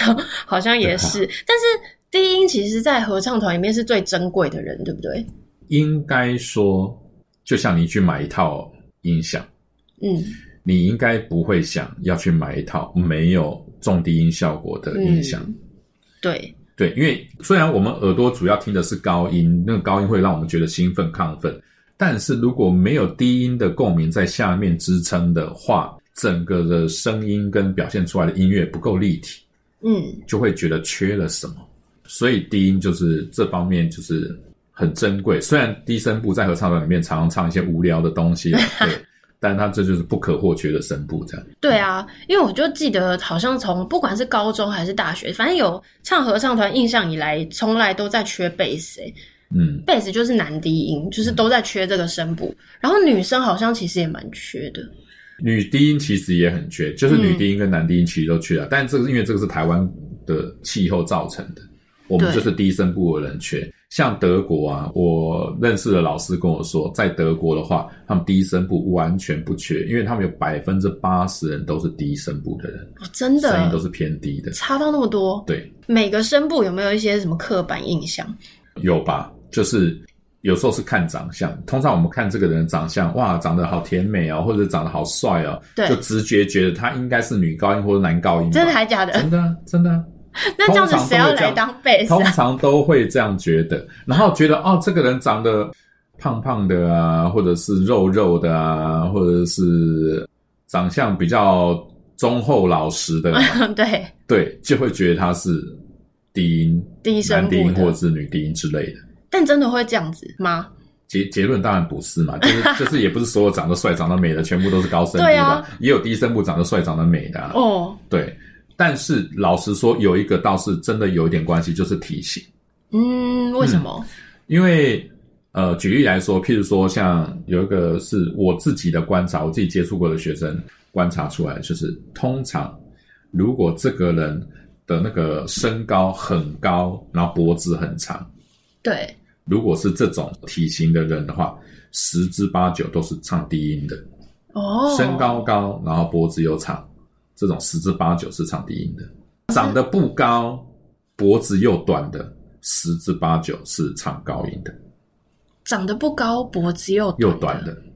Speaker 1: 好像也是。但是低音其实，在合唱团里面是最珍贵的人，对不对？
Speaker 2: 应该说，就像你去买一套音响，
Speaker 1: 嗯，
Speaker 2: 你应该不会想要去买一套没有重低音效果的音响。
Speaker 1: 嗯对，
Speaker 2: 对，因为虽然我们耳朵主要听的是高音，那个高音会让我们觉得兴奋亢奋，但是如果没有低音的共鸣在下面支撑的话，整个的声音跟表现出来的音乐不够立体，
Speaker 1: 嗯，
Speaker 2: 就会觉得缺了什么。所以低音就是这方面就是很珍贵。虽然低声部在合唱团里面常常唱一些无聊的东西，啊对，但它这就是不可或缺的声部，这样。
Speaker 1: 对啊，因为我就记得，好像从不管是高中还是大学，反正有唱合唱团印象以来，从来都在缺贝斯、欸，
Speaker 2: 嗯，
Speaker 1: 贝斯就是男低音，就是都在缺这个声部。然后女生好像其实也蛮缺的，
Speaker 2: 女低音其实也很缺，
Speaker 1: 嗯
Speaker 2: 就是女低音跟男低音其实都缺啊。但这个是因为这个是台湾的气候造成的，我们
Speaker 1: 对
Speaker 2: 就是低声部的人缺。像德国啊，我认识的老师跟我说，在德国的话，他们低声部完全不缺，因为他们有百分之八十人都是低声部的人，
Speaker 1: 哦、真的
Speaker 2: 声音都是偏低的。
Speaker 1: 差到那么多。
Speaker 2: 对，
Speaker 1: 每个声部有没有一些什么刻板印象？
Speaker 2: 有吧？就是有时候是看长相，通常我们看这个人的长相，哇，长得好甜美哦，或者长得好帅哦，
Speaker 1: 对
Speaker 2: 就直觉觉得他应该是女高音或者男高音吧，
Speaker 1: 真的还假的？
Speaker 2: 真的啊真的啊。
Speaker 1: 那这样子
Speaker 2: 通常
Speaker 1: 谁要
Speaker 2: 都会这
Speaker 1: 来
Speaker 2: 样
Speaker 1: 当贝斯、
Speaker 2: 通
Speaker 1: 啊？
Speaker 2: 常都会这样觉得，然后觉得哦，这个人长得胖胖的啊，或者是肉肉的啊，或者是长相比较忠厚老实 的啊、
Speaker 1: 对，
Speaker 2: 对，就会觉得他是低音、
Speaker 1: 低声
Speaker 2: 男低
Speaker 1: 部
Speaker 2: 音或者
Speaker 1: 的。
Speaker 2: 是女低音之类的。
Speaker 1: 但真的会这样子吗？
Speaker 2: 结结论当然不是嘛，就是 就是也不是所有长得帅、长得美的全部都是高声部
Speaker 1: 对
Speaker 2: 的，
Speaker 1: 啊
Speaker 2: 也有低声部长得帅、长得美的、啊。
Speaker 1: 哦，
Speaker 2: 对，但是老实说，有一个倒是真的有一点关系，就是体型。
Speaker 1: 嗯，为什么？
Speaker 2: 因为呃，举例来说，譬如说像有一个是我自己的观察，我自己接触过的学生观察出来，就是通常如果这个人的那个身高很高，然后脖子很长，
Speaker 1: 对，
Speaker 2: 如果是这种体型的人的话，十之八九都是唱低音的。
Speaker 1: 哦，
Speaker 2: 身高高，然后脖子又长，这种十之八九是唱低音的。长得不高，脖子又短的，十之八九是唱高音的，
Speaker 1: 长得不高，脖子又
Speaker 2: 又
Speaker 1: 短
Speaker 2: 短的。嗯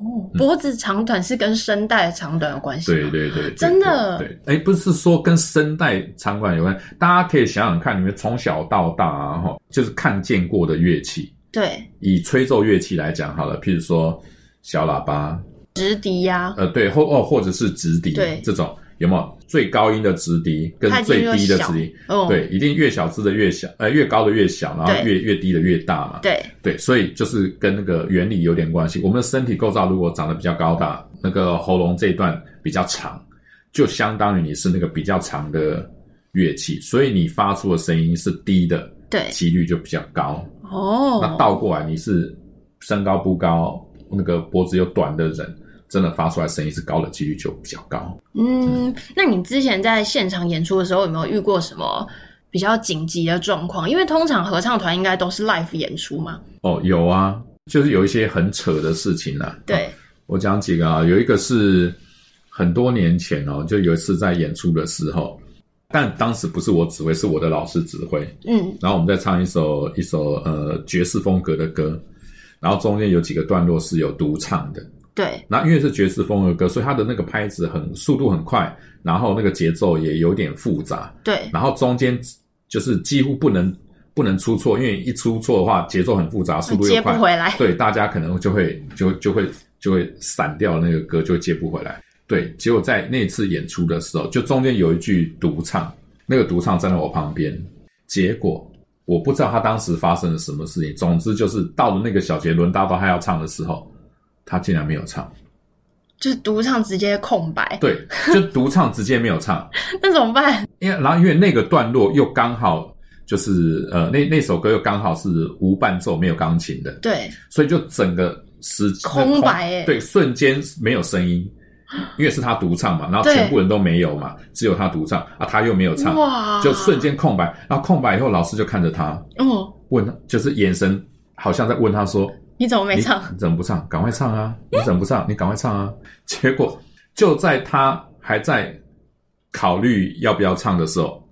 Speaker 1: 哦，脖子长短是跟声带的长短有关系吗。
Speaker 2: 对对对，对
Speaker 1: 真的
Speaker 2: 对，哎，不是说跟声带长短有关，大家可以想想看，你们从小到大啊，哈，就是看见过的乐器，
Speaker 1: 对，
Speaker 2: 以吹奏乐器来讲好了，譬如说小喇叭，
Speaker 1: 直笛呀、
Speaker 2: 呃，对，或哦，或者是直笛
Speaker 1: 对
Speaker 2: 这种，有没有最高音的直笛跟
Speaker 1: 它已经
Speaker 2: 最低的
Speaker 1: 越小
Speaker 2: 直笛？
Speaker 1: 哦，
Speaker 2: 对，一定越小支的越小，呃，越高的越小，然后
Speaker 1: 对
Speaker 2: 越越低的越大嘛。
Speaker 1: 对
Speaker 2: 对，所以就是跟那个原理有点关系。我们的身体构造如果长得比较高大，那个喉咙这一段比较长，就相当于你是那个比较长的乐器，所以你发出的声音是低的，
Speaker 1: 对，
Speaker 2: 几率就比较高。
Speaker 1: 哦，
Speaker 2: 那倒过来，你是身高不高，那个脖子又短的人，真的发出来声音是高的几率就比较高。
Speaker 1: 嗯，那你之前在现场演出的时候有没有遇过什么比较紧急的状况？因为通常合唱团应该都是 live 演出嘛。
Speaker 2: 哦，有啊，就是有一些很扯的事情啊。
Speaker 1: 对，
Speaker 2: 我讲几个啊，有一个是很多年前哦，就有一次在演出的时候，但当时不是我指挥，是我的老师指挥。
Speaker 1: 嗯，
Speaker 2: 然后我们在唱一首一首呃爵士风格的歌，然后中间有几个段落是有独唱的。
Speaker 1: 对，
Speaker 2: 那因为是爵士风格歌，所以它的那个拍子很速度很快，然后那个节奏也有点复杂，
Speaker 1: 对，
Speaker 2: 然后中间就是几乎不能不能出错，因为一出错的话节奏很复杂，速度又
Speaker 1: 啊接不
Speaker 2: 快，
Speaker 1: 回来。
Speaker 2: 对，大家可能就会就就会就会散掉那个歌，就接不回来。对，结果在那次演出的时候，就中间有一句独唱，那个独唱站在我旁边，结果我不知道他当时发生了什么事情。总之就是到了那个小节轮到到他要唱的时候，他竟然没有唱，
Speaker 1: 就是独唱直接空白，
Speaker 2: 对，就独唱直接没有唱。
Speaker 1: 那怎么办？
Speaker 2: 因为然后因为那个段落又刚好就是呃那那首歌又刚好是无伴奏没有钢琴的，
Speaker 1: 对，
Speaker 2: 所以就整个时
Speaker 1: 空白耶
Speaker 2: 对，瞬间没有声音，因为是他独唱嘛，然后
Speaker 1: 对
Speaker 2: 全部人都没有嘛，只有他独唱啊，他又没有唱，
Speaker 1: 哇，
Speaker 2: 就瞬，间空白。然后空白以后，老师就看着他，
Speaker 1: 嗯，
Speaker 2: 问他，就是眼神好像在问他说：“
Speaker 1: 你怎么没唱？
Speaker 2: 你，你怎么不唱？赶快唱啊！你怎么不唱？你赶快唱啊！” 结果就在他还在考虑要不要唱的时候，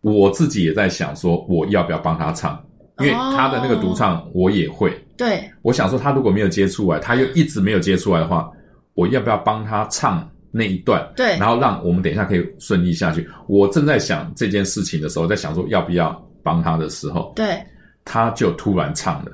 Speaker 2: 我自己也在想说我要不要帮他唱，因为他的那
Speaker 1: 哦
Speaker 2: 个独唱我也会。
Speaker 1: 对，
Speaker 2: 我想说，他如果没有接出来，他又一直没有接出来的话，我要不要帮他唱那一段？
Speaker 1: 对
Speaker 2: 然后让我们等一下可以顺利下去。我正在想这件事情的时候，在想说要不要帮他的时候，
Speaker 1: 对，
Speaker 2: 他就突然唱了，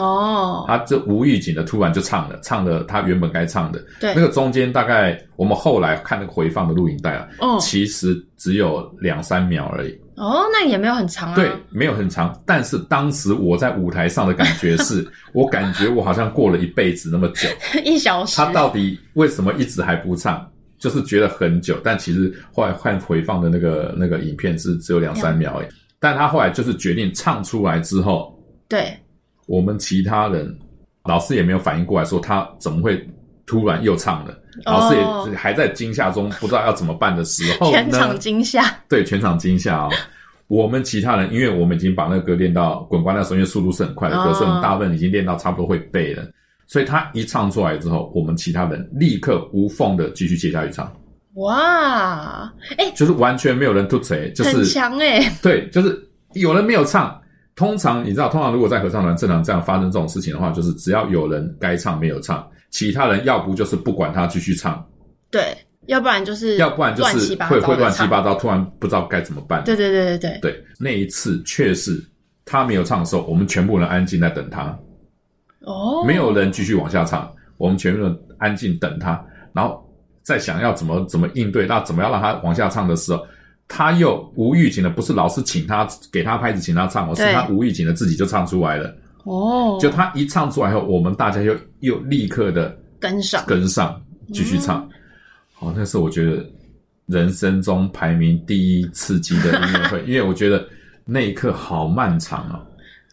Speaker 1: 哦，
Speaker 2: 他这无预警的突然就唱了，唱了他原本该唱的。
Speaker 1: 对，
Speaker 2: 那个中间大概我们后来看那个回放的录影带啊，
Speaker 1: 哦，
Speaker 2: 其实只有两三秒而已，
Speaker 1: 哦，那也没有很长啊。
Speaker 2: 对，没有很长。但是当时我在舞台上的感觉是， 我感觉我好像过了一辈子那么久。
Speaker 1: 一小时。
Speaker 2: 他到底为什么一直还不唱？就是觉得很久，但其实后来看回放的那个那个影片是只有两三秒而已。但他后来就是决定唱出来之后，
Speaker 1: 对，
Speaker 2: 我们其他人老师也没有反应过来，说他怎么会突然又唱了。老师
Speaker 1: 哦
Speaker 2: 也还在惊吓中，不知道要怎么办的时候
Speaker 1: 全
Speaker 2: 呢
Speaker 1: 场，惊吓。
Speaker 2: 对全场惊吓哦。我们其他人，因为我们已经把那个歌练到滚瓜那时候，因为速度是很快的歌，
Speaker 1: 哦
Speaker 2: 所以我们大部分已经练到差不多会背了。所以他一唱出来之后，我们其他人立刻无缝的继续接下去唱，
Speaker 1: 哇，
Speaker 2: 就是完全没有人吐槽，就
Speaker 1: 哎很
Speaker 2: 是
Speaker 1: 强哎、
Speaker 2: 对，就是有人没有唱。通常你知道，通常如果在合唱团正常这样发生这种事情的话，就是只要有人该唱没有唱，其他人要不就是不管他继续唱，
Speaker 1: 对，要不然就是
Speaker 2: 要不然就
Speaker 1: 乱
Speaker 2: 是
Speaker 1: 七八糟
Speaker 2: 会
Speaker 1: 地
Speaker 2: 会乱七
Speaker 1: 唱
Speaker 2: 八糟，突然不知道该怎么办。
Speaker 1: 对对对对对，
Speaker 2: 对，那一次确实他没有唱的时候，我们全部人安静在等他，
Speaker 1: 哦，
Speaker 2: 没有人继续往下唱，我们全部人安静等他，然后在想要怎么怎么应对，那怎么样让他往下唱的时候。他又无预警的，不是老师请他给他拍子请他唱哦，是
Speaker 1: 对
Speaker 2: 他无预警的自己就唱出来了。
Speaker 1: 哦，
Speaker 2: 就他一唱出来后，我们大家又又立刻的
Speaker 1: 跟上，
Speaker 2: 跟上，继续唱。
Speaker 1: 嗯
Speaker 2: 哦，那是我觉得人生中排名第一刺激的音乐 会，因为我觉得那一刻好漫长哦，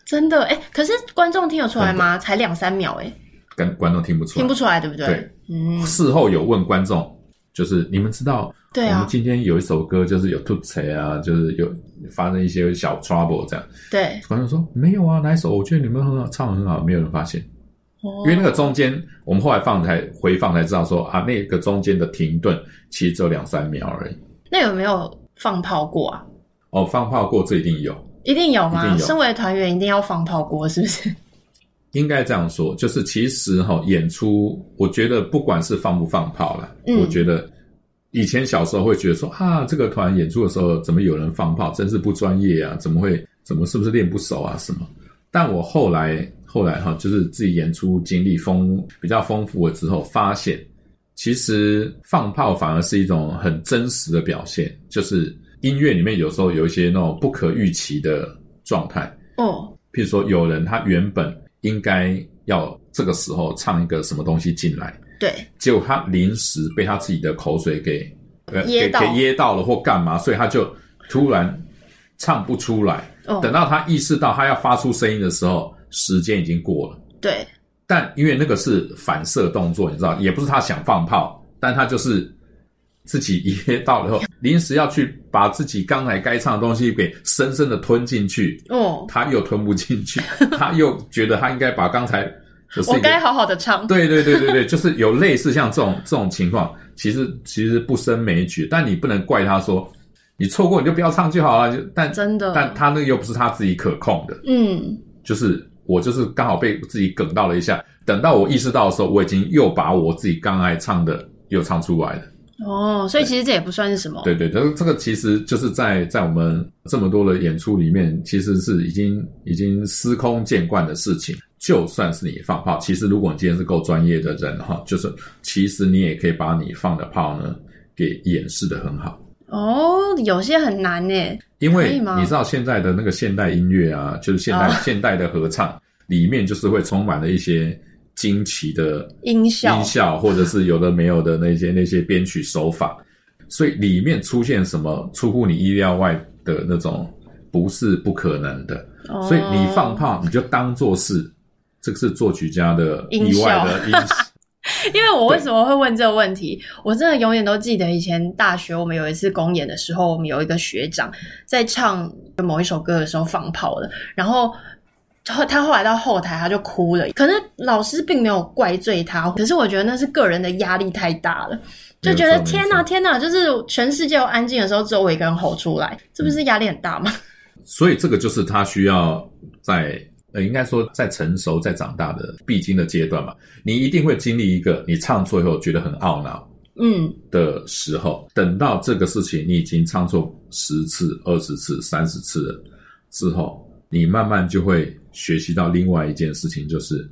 Speaker 1: 真的哎、可是观众听得出来吗？才两三秒哎、
Speaker 2: 跟观众听不出来。
Speaker 1: 听不出来对不对？
Speaker 2: 对
Speaker 1: 嗯，
Speaker 2: 事后有问观众，就是你们知道，
Speaker 1: 对
Speaker 2: 我们
Speaker 1: 啊，
Speaker 2: 今天有一首歌就是有吐槽啊，就是有发生一些小 trouble 这样。
Speaker 1: 对，
Speaker 2: 观众说没有啊，哪一首？我觉得你们很好，唱得很好，没有人发现。
Speaker 1: 哦
Speaker 2: 因为那个中间，我们后来放才回放才知道说啊，那个中间的停顿其实只有两三秒而已。
Speaker 1: 那有没有放炮过啊？
Speaker 2: 哦，放炮过这一定有，
Speaker 1: 一定有吗？
Speaker 2: 一定有
Speaker 1: 身为团员，一定要放炮过，是不是？
Speaker 2: 应该这样说，就是其实哈、演出我觉得不管是放不放炮啦，
Speaker 1: 嗯
Speaker 2: 我觉得以前小时候会觉得说啊，这个团演出的时候怎么有人放炮，真是不专业啊，怎么会怎么是不是练不熟啊什么？但我后来后来哈、就是自己演出经历丰比较丰富了之后，发现其实放炮反而是一种很真实的表现，就是音乐里面有时候有一些那种不可预期的状态，
Speaker 1: 哦，
Speaker 2: 譬如说，有人他原本应该要这个时候唱一个什么东西进来，
Speaker 1: 对，
Speaker 2: 结果他临时被他自己的口水给呃
Speaker 1: 噎
Speaker 2: 给
Speaker 1: 到
Speaker 2: 给噎到了或干嘛，所以他就突然唱不出来。
Speaker 1: 哦，
Speaker 2: 等到他意识到他要发出声音的时候，时间已经过了。
Speaker 1: 对，
Speaker 2: 但因为那个是反射动作，你知道，也不是他想放炮，但他就是自己噎到了以后，临时要去把自己刚才该唱的东西给深深的吞进去。
Speaker 1: 哦，
Speaker 2: 他又吞不 进去，他又觉得他应该把刚才就是
Speaker 1: 我
Speaker 2: 一个
Speaker 1: 该好好的唱。
Speaker 2: 对对对对对， 就是有类似像这种这种情况，其实其实不胜枚举，但你不能怪他说你错过你就不要唱就好了，就但
Speaker 1: 真的
Speaker 2: 但他那个又不是他自己可控的，
Speaker 1: 嗯，
Speaker 2: 就是我就是刚好被自己梗到了一下，等到我意识到的时候，我已经又把我自己刚才唱的又唱出来了。
Speaker 1: 哦，所以其实这也不算是什么。
Speaker 2: 对对，这个这个其实就是在在我们这么多的演出里面，其实是已经已经司空见惯的事情。就算是你放炮，其实如果你今天是够专业的人哈，就是其实你也可以把你放的炮呢给掩饰的很好。
Speaker 1: 哦，有些很难呢。
Speaker 2: 因
Speaker 1: 可以
Speaker 2: 为
Speaker 1: 吗
Speaker 2: 你知道现在的那个现代音乐啊，就是现代、
Speaker 1: 哦
Speaker 2: 现代的合唱里面，就是会充满了一些惊奇的
Speaker 1: 音效
Speaker 2: 音效，或者是有的没有的那些那些编曲手法，所以里面出现什么出乎你意料外的那种，不是不可能的。
Speaker 1: 哦
Speaker 2: 所以你放炮，你就当做是这个是作曲家的
Speaker 1: 音
Speaker 2: 意
Speaker 1: 效
Speaker 2: 外的音效。
Speaker 1: 因为我为什么会问这个问题？我真的永远都记得以前大学我们有一次公演的时候，我们有一个学长在唱某一首歌的时候放炮了，然后。他他后来到后台他就哭了，可是老师并没有怪罪他，可是我觉得那是个人的压力太大了，就觉
Speaker 2: 没
Speaker 1: 得
Speaker 2: 有错
Speaker 1: 天
Speaker 2: 没
Speaker 1: 哪
Speaker 2: 有错
Speaker 1: 天哪，就是全世界都安静的时候，只有我一个人吼出来，这不是压力很大吗？
Speaker 2: 所以这个就是他需要在呃，应该说在成熟、在长大的必经的阶段嘛。你一定会经历一个你唱错以后觉得很懊恼
Speaker 1: 嗯，
Speaker 2: 的时候，等到这个事情你已经唱错十次、二十次、三十次了之后，你慢慢就会学习到另外一件事情，就是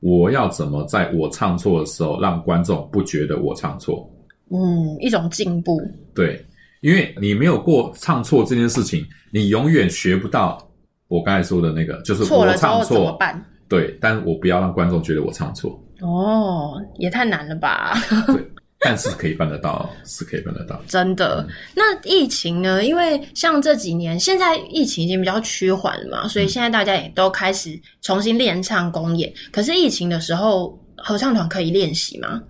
Speaker 2: 我要怎么在我唱错的时候，让观众不觉得我唱错。
Speaker 1: 嗯，一种进步。
Speaker 2: 对，因为你没有过唱错这件事情，你永远学不到我刚才说的那个，就是
Speaker 1: 错
Speaker 2: 我
Speaker 1: 了之
Speaker 2: 唱
Speaker 1: 后怎么
Speaker 2: 错，
Speaker 1: 办？
Speaker 2: 对，但我不要让观众觉得我唱错，
Speaker 1: 哦，也太难了吧！
Speaker 2: 对，但是可以办得到，是可以办得到。
Speaker 1: 真的。那疫情呢？因为像这几年，现在疫情已经比较趋缓了
Speaker 2: 嗯
Speaker 1: 嘛，所以现在大家也都开始重新练唱公演。可是疫情的时候，合唱团可以练习吗？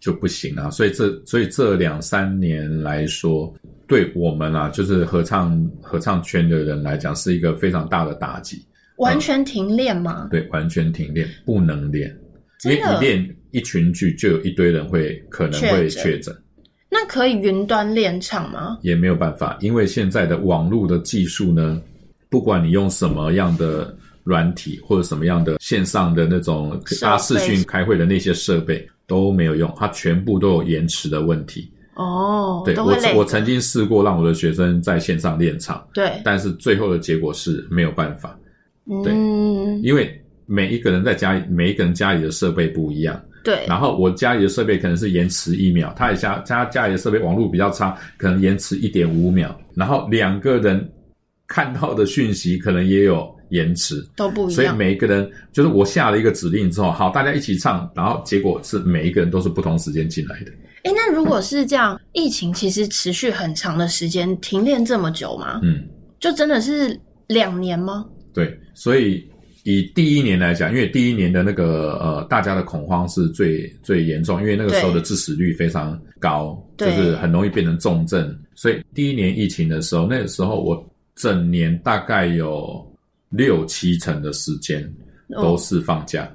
Speaker 2: 就不行啊。所以这所以这两三年来说，对我们啊，就是合唱合唱圈的人来讲，是一个非常大的打击。
Speaker 1: 完全停练吗？
Speaker 2: 对，完全停练，不能练，
Speaker 1: 真
Speaker 2: 因为
Speaker 1: 的
Speaker 2: 一练一群剧，就有一堆人会可能
Speaker 1: 确
Speaker 2: 会
Speaker 1: 诊
Speaker 2: 确诊，
Speaker 1: 那可以云端练唱吗？
Speaker 2: 也没有办法，因为现在的网络的技术呢，不管你用什么样的软体或者什么样的线上的那种
Speaker 1: 设备
Speaker 2: 啊视讯开会的那些设备都没有用，它全部都有延迟的问题。
Speaker 1: 哦，
Speaker 2: 对
Speaker 1: 都
Speaker 2: 我
Speaker 1: 会累
Speaker 2: 我曾经试过让我的学生在线上练唱，
Speaker 1: 对，
Speaker 2: 但是最后的结果是没有办法，对
Speaker 1: 嗯，
Speaker 2: 因为每一个人在家里，每一个人家里的设备不一样。
Speaker 1: 对，
Speaker 2: 然后我家里的设备可能是延迟一秒，他也家他家里的设备网络比较差，可能延迟一点五秒。然后两个人看到的讯息可能也有延迟，
Speaker 1: 都不一
Speaker 2: 所以
Speaker 1: 样。
Speaker 2: 每一个人就是我下了一个指令之后，好，大家一起唱，然后结果是每一个人都是不同时间进来的。
Speaker 1: 哎，那如果是这样，疫情其实持续很长的时间，停练这么久吗？
Speaker 2: 嗯，
Speaker 1: 就真的是两年吗？
Speaker 2: 对，所以以第一年来讲，因为第一年的那个呃，大家的恐慌是最最严重，因为那个时候的致死率非常高，就
Speaker 1: 对
Speaker 2: 是很容易变成重症。所以第一年疫情的时候，那个时候我整年大概有六七成的时间
Speaker 1: 哦
Speaker 2: 都是放假，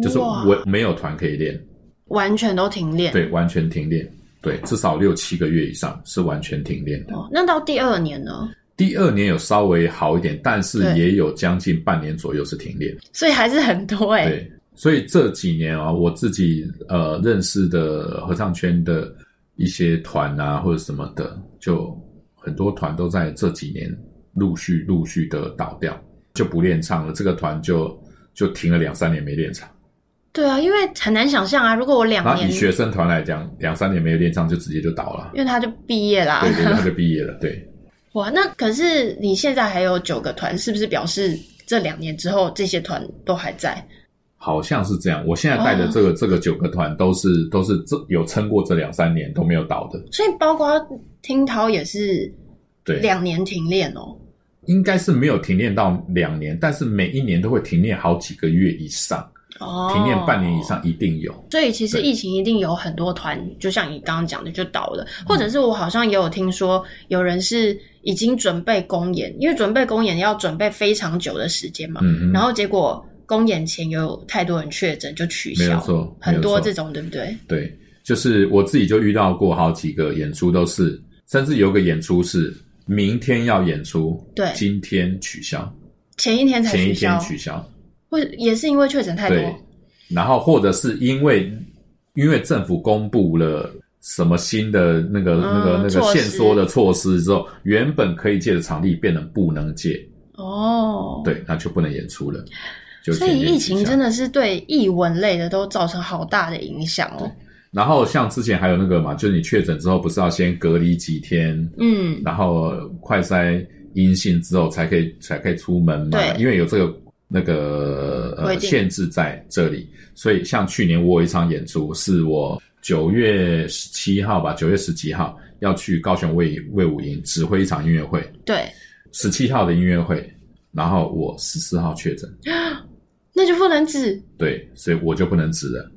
Speaker 2: 就是
Speaker 1: 哇
Speaker 2: 我没有团可以练，
Speaker 1: 完全都停练。
Speaker 2: 对，完全停练，对，至少六七个月以上是完全停练的。
Speaker 1: 哦，那到第二年呢？
Speaker 2: 第二年有稍微好一点，但是
Speaker 1: 对
Speaker 2: 也有将近半年左右是停练。
Speaker 1: 所以还是很多哎、
Speaker 2: 对，所以这几年啊，我自己呃认识的合唱圈的一些团啊，或者什么的，就很多团都在这几年陆续陆续的倒掉，就不练唱了。这个团就就停了两三年没练唱。
Speaker 1: 对啊，因为很难想象啊，如果我两
Speaker 2: 然后
Speaker 1: 年
Speaker 2: 以，学生团来讲，两三年没有练唱就直接就倒了
Speaker 1: 因，为他就毕业啦
Speaker 2: 对，对对，他就毕业了。对，
Speaker 1: 哇，那可是你现在还有九个团，是不是表示这两年之后这些团都还在？
Speaker 2: 好像是这样。我现在带的这个、
Speaker 1: 哦
Speaker 2: 这个九个团都是都是这有撑过这两三年都没有倒的。
Speaker 1: 所以包括听涛也是
Speaker 2: 对，
Speaker 1: 两年停练哦。
Speaker 2: 应该是没有停练到两年，但是每一年都会停练好几个月以上，
Speaker 1: 哦，
Speaker 2: 停练半年以。上一定有。
Speaker 1: 所以其实
Speaker 2: 对
Speaker 1: 疫情一定有很多团，就像你刚刚讲的就倒了，
Speaker 2: 嗯
Speaker 1: 或者是我好像也有听说有人是已经准备公演，因为准备公演要准备非常久的时间嘛，
Speaker 2: 嗯，
Speaker 1: 然后结果公演前有太多人确诊就取
Speaker 2: 没有
Speaker 1: 消，
Speaker 2: 错，
Speaker 1: 很
Speaker 2: 没
Speaker 1: 多
Speaker 2: 有错
Speaker 1: 这种对不对？
Speaker 2: 对，就是我自己就遇到过好几个演出都是，甚至有个演出是明天要演出，
Speaker 1: 对
Speaker 2: 今天取消，
Speaker 1: 前一天才
Speaker 2: 前一
Speaker 1: 取
Speaker 2: 天
Speaker 1: 消，
Speaker 2: 取消，
Speaker 1: 或也是因为确诊太多，
Speaker 2: 对，然后或者是因为因为政府公布了。什么新的那个、那个、
Speaker 1: 嗯
Speaker 2: 那个
Speaker 1: 措施
Speaker 2: 限缩的措施之后，原本可以借的场地变成不能借，
Speaker 1: 哦，，
Speaker 2: 对，那就不能演出了。就
Speaker 1: 所以疫情真
Speaker 2: 的，
Speaker 1: 的是对艺文类的都造成好大的影响哦。
Speaker 2: 然后像之前还有那个嘛，就是你确诊之后不是要先隔离几天，
Speaker 1: 嗯，
Speaker 2: 然后快筛阴性之后才可以才可以出门嘛？
Speaker 1: 对
Speaker 2: 因为有这个那个
Speaker 1: 规
Speaker 2: 呃
Speaker 1: 定
Speaker 2: 限制在这里，所以像去年我有一场演出是我。九月十七号吧，九月十几号要去高雄卫卫武营指挥一场音乐会，
Speaker 1: 对，
Speaker 2: 十七号的音乐会，然后我十四号确诊，
Speaker 1: 那就不能止，
Speaker 2: 对，所以我就不能指了。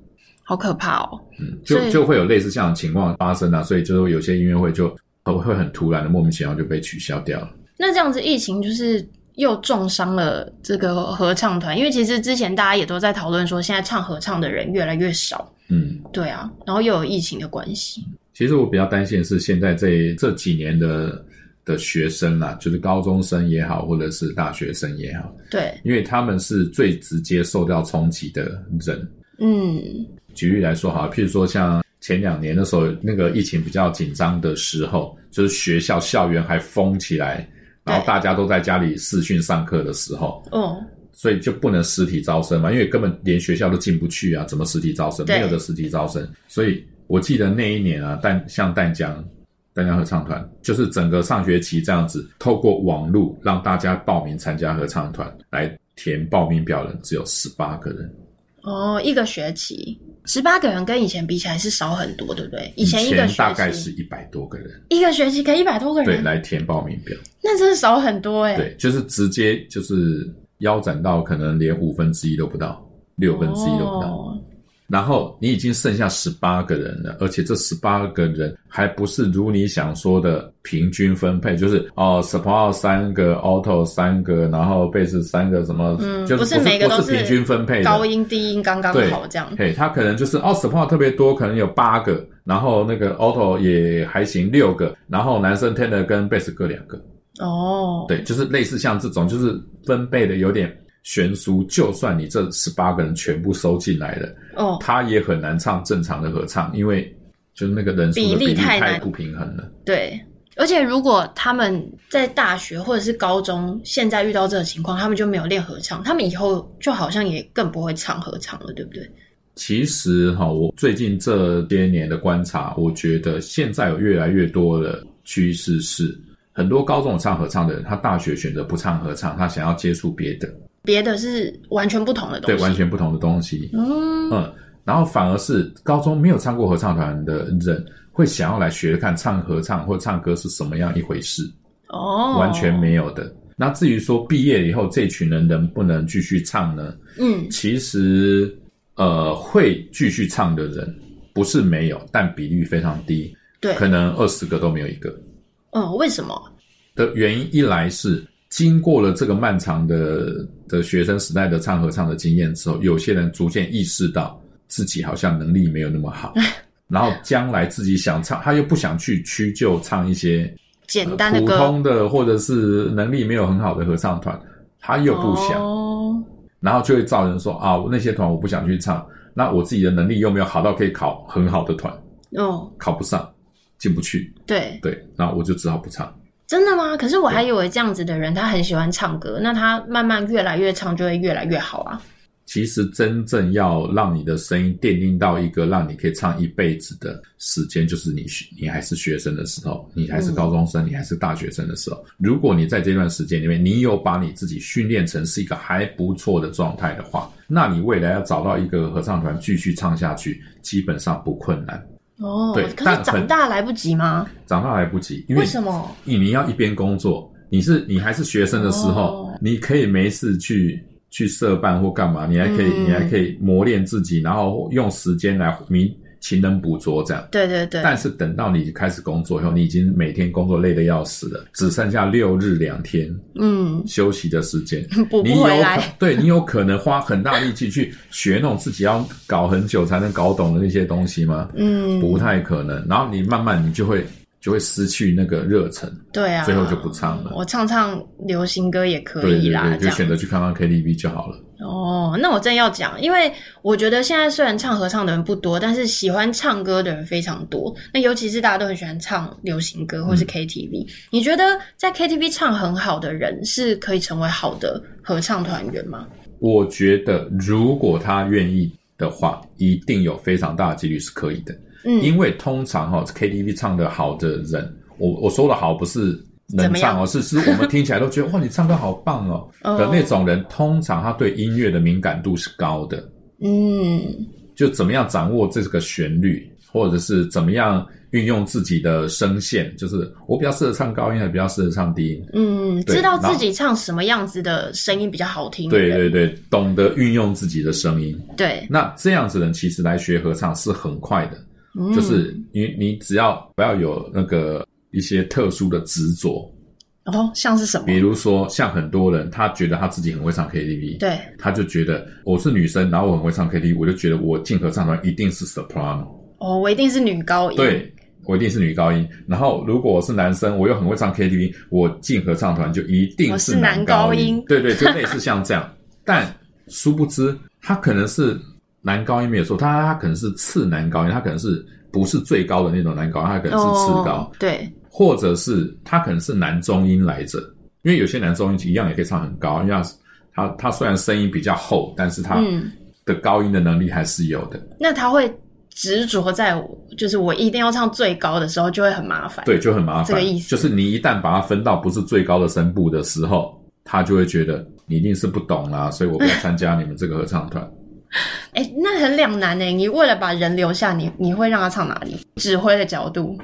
Speaker 1: 好可怕哦。
Speaker 2: 嗯，
Speaker 1: 所
Speaker 2: 就
Speaker 1: 以
Speaker 2: 就会有类似这样的情况发生啊，所以就是有些音乐会就呃会很突然的莫名其妙就被取消掉了。
Speaker 1: 那这样子疫情就是又重伤了这个合唱团，因为其实之前大家也都在讨论说，现在唱合唱的人越来越少，
Speaker 2: 嗯，
Speaker 1: 对啊，然后又有疫情的关系，
Speaker 2: 其实我比较担心的是现在这这几年的的学生啦、就是高中生也好，或者是大学生也好，
Speaker 1: 对，
Speaker 2: 因为他们是最直接受到冲击的人。
Speaker 1: 嗯，
Speaker 2: 举例来说哈，譬如说像前两年的时候，那个疫情比较紧张的时候，就是学校校园还封起来，然后
Speaker 1: 对
Speaker 2: 大家都在家里视讯上课的时候，
Speaker 1: 哦，
Speaker 2: 所以就不能实体招生嘛，因为根本连学校都进不去啊，怎么实体招生？
Speaker 1: 对
Speaker 2: 没有的实体招生。所以我记得那一年啊，淡像淡江淡江合唱团，就是整个上学期这样子，透过网络让大家报名参加合唱团，来填报名表的人只有十八个人，
Speaker 1: 哦，一个学期。十八个人跟以前比起来是少很多，对不对？以
Speaker 2: 以
Speaker 1: 前一个学期嗯
Speaker 2: 大概是一百多个人，
Speaker 1: 一个学期可以一百多个
Speaker 2: 对，
Speaker 1: 人，
Speaker 2: 来填报名表，
Speaker 1: 那真是少很多哎、
Speaker 2: 对，就是直接就是腰斩到可能连五分之一都不到，六分之一都不到。
Speaker 1: 哦
Speaker 2: 然后你已经剩下十八个人了，而且这十八个人还不是如你想说的平均分配，就是哦，soprano 三个，alto 三个，然后贝斯三个，什么，
Speaker 1: 嗯
Speaker 2: 就
Speaker 1: 不是
Speaker 2: 是
Speaker 1: 每个都
Speaker 2: 不
Speaker 1: 是
Speaker 2: 是平均分配的
Speaker 1: 高。音低音刚刚
Speaker 2: 对
Speaker 1: 好这样。
Speaker 2: 嘿，他可能就是哦，soprano 特别多，可能有八个，然后那个 alto 也还行六个，然后男生 tenor 跟贝斯各两个，
Speaker 1: 哦，
Speaker 2: 对，就是类似像这种，就是分配的有点悬殊。就算你这十八个人全部收进来了。
Speaker 1: 哦，
Speaker 2: 他也很难唱正常的合唱，因为就是那个人数的
Speaker 1: 比
Speaker 2: 比
Speaker 1: 例
Speaker 2: 例
Speaker 1: 太
Speaker 2: 太
Speaker 1: 难
Speaker 2: 不平衡了。
Speaker 1: 对。而且如果他们在大学或者是高中现在遇到这个情况，他们就没有练合唱，他们以后就好像也更不会唱合唱了，对不对？
Speaker 2: 其实哈，我最近这些年的观察，我觉得现在有越来越多的趋势是，很多高中有唱合唱的人，他大学选择不唱合唱，他想要接触别的，
Speaker 1: 别的是完全不同的东
Speaker 2: 对
Speaker 1: 西。
Speaker 2: 完全不同的东西。
Speaker 1: 嗯，
Speaker 2: 嗯，然后反而是高中没有唱过合唱团的人，会想要来学看唱合唱或唱歌是什么样一回事。
Speaker 1: 哦，
Speaker 2: 完全没有的。那至于说毕业以后这群人能不能继续唱呢？
Speaker 1: 嗯，
Speaker 2: 其实呃会继续唱的人不是没有，但比率非常低，
Speaker 1: 对，
Speaker 2: 可能二十个都没有一个。
Speaker 1: 嗯，为什么？
Speaker 2: 的原因一来是经过了这个漫长的的学生时代的唱合唱的经验之后，有些人逐渐意识到自己好像能力没有那么好，然后将来自己想唱，他又不想去屈就唱一些
Speaker 1: 简
Speaker 2: 呃
Speaker 1: 单的
Speaker 2: 普
Speaker 1: 歌，
Speaker 2: 通的或者是能力没有很好的合唱团，他又不想，
Speaker 1: 哦
Speaker 2: 然后就会造成说啊，那些团我不想去唱，那我自己的能力又没有好到可以考很好的团，
Speaker 1: 哦，
Speaker 2: 考不上，进不去，
Speaker 1: 对，
Speaker 2: 对，那我就只好不唱。
Speaker 1: 真的吗？可是我还以为这样子的人，他很喜欢唱歌，那他慢慢越来越唱，就会越来越好啊。
Speaker 2: 其实真正要让你的声音奠定到一个让你可以唱一辈子的时间，就是你学你还是学生的时候，你还是高中生，你还是大学生的时候。如果你在这段时间里面，你有把你自己训练成是一个还不错的状态的话，那你未来要找到一个合唱团继续唱下去，基本上不困难。
Speaker 1: 哦
Speaker 2: 对，
Speaker 1: 可
Speaker 2: 但
Speaker 1: 是
Speaker 2: 很
Speaker 1: 长大来不及吗？
Speaker 2: 长大来不及，因为
Speaker 1: 为什么？
Speaker 2: 你你要一边工作，你是你还是学生的时候，
Speaker 1: 哦
Speaker 2: 你可以没事去去社办或干嘛，你还可以、
Speaker 1: 嗯
Speaker 2: 你还可以磨练自己，然后用时间来弥勤能补拙这样。
Speaker 1: 对对对，
Speaker 2: 但是等到你开始工作以后，你已经每天工作累得要死了，只剩下六日两天
Speaker 1: 嗯，
Speaker 2: 休息的时间，
Speaker 1: 补
Speaker 2: 你
Speaker 1: 不
Speaker 2: 有
Speaker 1: 回
Speaker 2: 可
Speaker 1: 来。
Speaker 2: 对你有可能花很大力气去学那种自己要搞很久才能搞懂的那些东西吗？
Speaker 1: 嗯，
Speaker 2: 不太可能。然后你慢慢你就会就会失去那个热忱。
Speaker 1: 对啊，
Speaker 2: 最后就不唱了
Speaker 1: 我唱唱流行歌也可
Speaker 2: 对
Speaker 1: 以
Speaker 2: 对
Speaker 1: 啦，
Speaker 2: 对，
Speaker 1: 嗯啊这
Speaker 2: 就
Speaker 1: 样
Speaker 2: 选择去看看 KTV 就好了。
Speaker 1: 哦，那我真要讲，因为我觉得现在虽然唱合唱的人不多，但是喜欢唱歌的人非常多。那尤其是大家都很喜欢唱流行歌
Speaker 2: 嗯
Speaker 1: 或是 KTV，、你觉得在 KTV 唱很好的人是可以成为好的合唱团员吗？
Speaker 2: 我觉得如果他愿意的话，一定有非常大的几率是可以的，
Speaker 1: 嗯，
Speaker 2: 因为通常哈、KTV 唱的好的人，我我说的好不是。
Speaker 1: 怎
Speaker 2: 能
Speaker 1: 么样
Speaker 2: 唱哦，是是我们听起来都觉得哇，你唱歌好棒哦
Speaker 1: 哦
Speaker 2: 的那种人，通常他对音乐的敏感度是高的，
Speaker 1: 嗯，
Speaker 2: 就怎么样掌握这个旋律，或者是怎么样运用自己的声线，就是我比较适合唱高音，还比较适合唱低音，
Speaker 1: 嗯，
Speaker 2: 对
Speaker 1: 知道
Speaker 2: 然后
Speaker 1: 自己唱什么样子的声音比较好听的
Speaker 2: 对
Speaker 1: 人，
Speaker 2: 对对，懂得运用自己的声音，
Speaker 1: 对
Speaker 2: 那这样子的人其实来学合唱是很快的，
Speaker 1: 嗯
Speaker 2: 就是你你只要不要有那个一些特殊的执着，
Speaker 1: 哦，像是什么？
Speaker 2: 比如说像很多人他觉得他自己很会唱 KTV，，
Speaker 1: 对，
Speaker 2: 他就觉得我是女生，然后我很会唱 KTV，我就觉得我进合唱团一定是 soprano，
Speaker 1: 哦，我一定是女高音，
Speaker 2: 对。我一定是女高音，然后如果我是男生，我又很会唱 KTV，我进合唱团就一定
Speaker 1: 我
Speaker 2: 是
Speaker 1: 是男
Speaker 2: 高
Speaker 1: 高音
Speaker 2: 对对，就类似 像这样。但殊不知，他可能是男高音没有错，他他可能是次男高音，他可能是不是最高的那种男高音，他可能是次高
Speaker 1: 哦，，对，
Speaker 2: 或者是他可能是男中音来着，因为有些男中音一样也可以唱很高，因为他他他虽然声音比较厚，但是他
Speaker 1: 嗯
Speaker 2: 的高音的能力还是有的。
Speaker 1: 那他会执着在我，就是我一定要唱最高的时候，就会很麻烦。
Speaker 2: 对，就很麻烦。
Speaker 1: 这个意思
Speaker 2: 就是你一旦把它分到不是最高的声部的时候，他就会觉得你一定是不懂啦、所以我不要参加你们这个合 唱团。
Speaker 1: 哎、那很两难呢。你为了把人留下，你你会让他唱哪里？指挥的角度，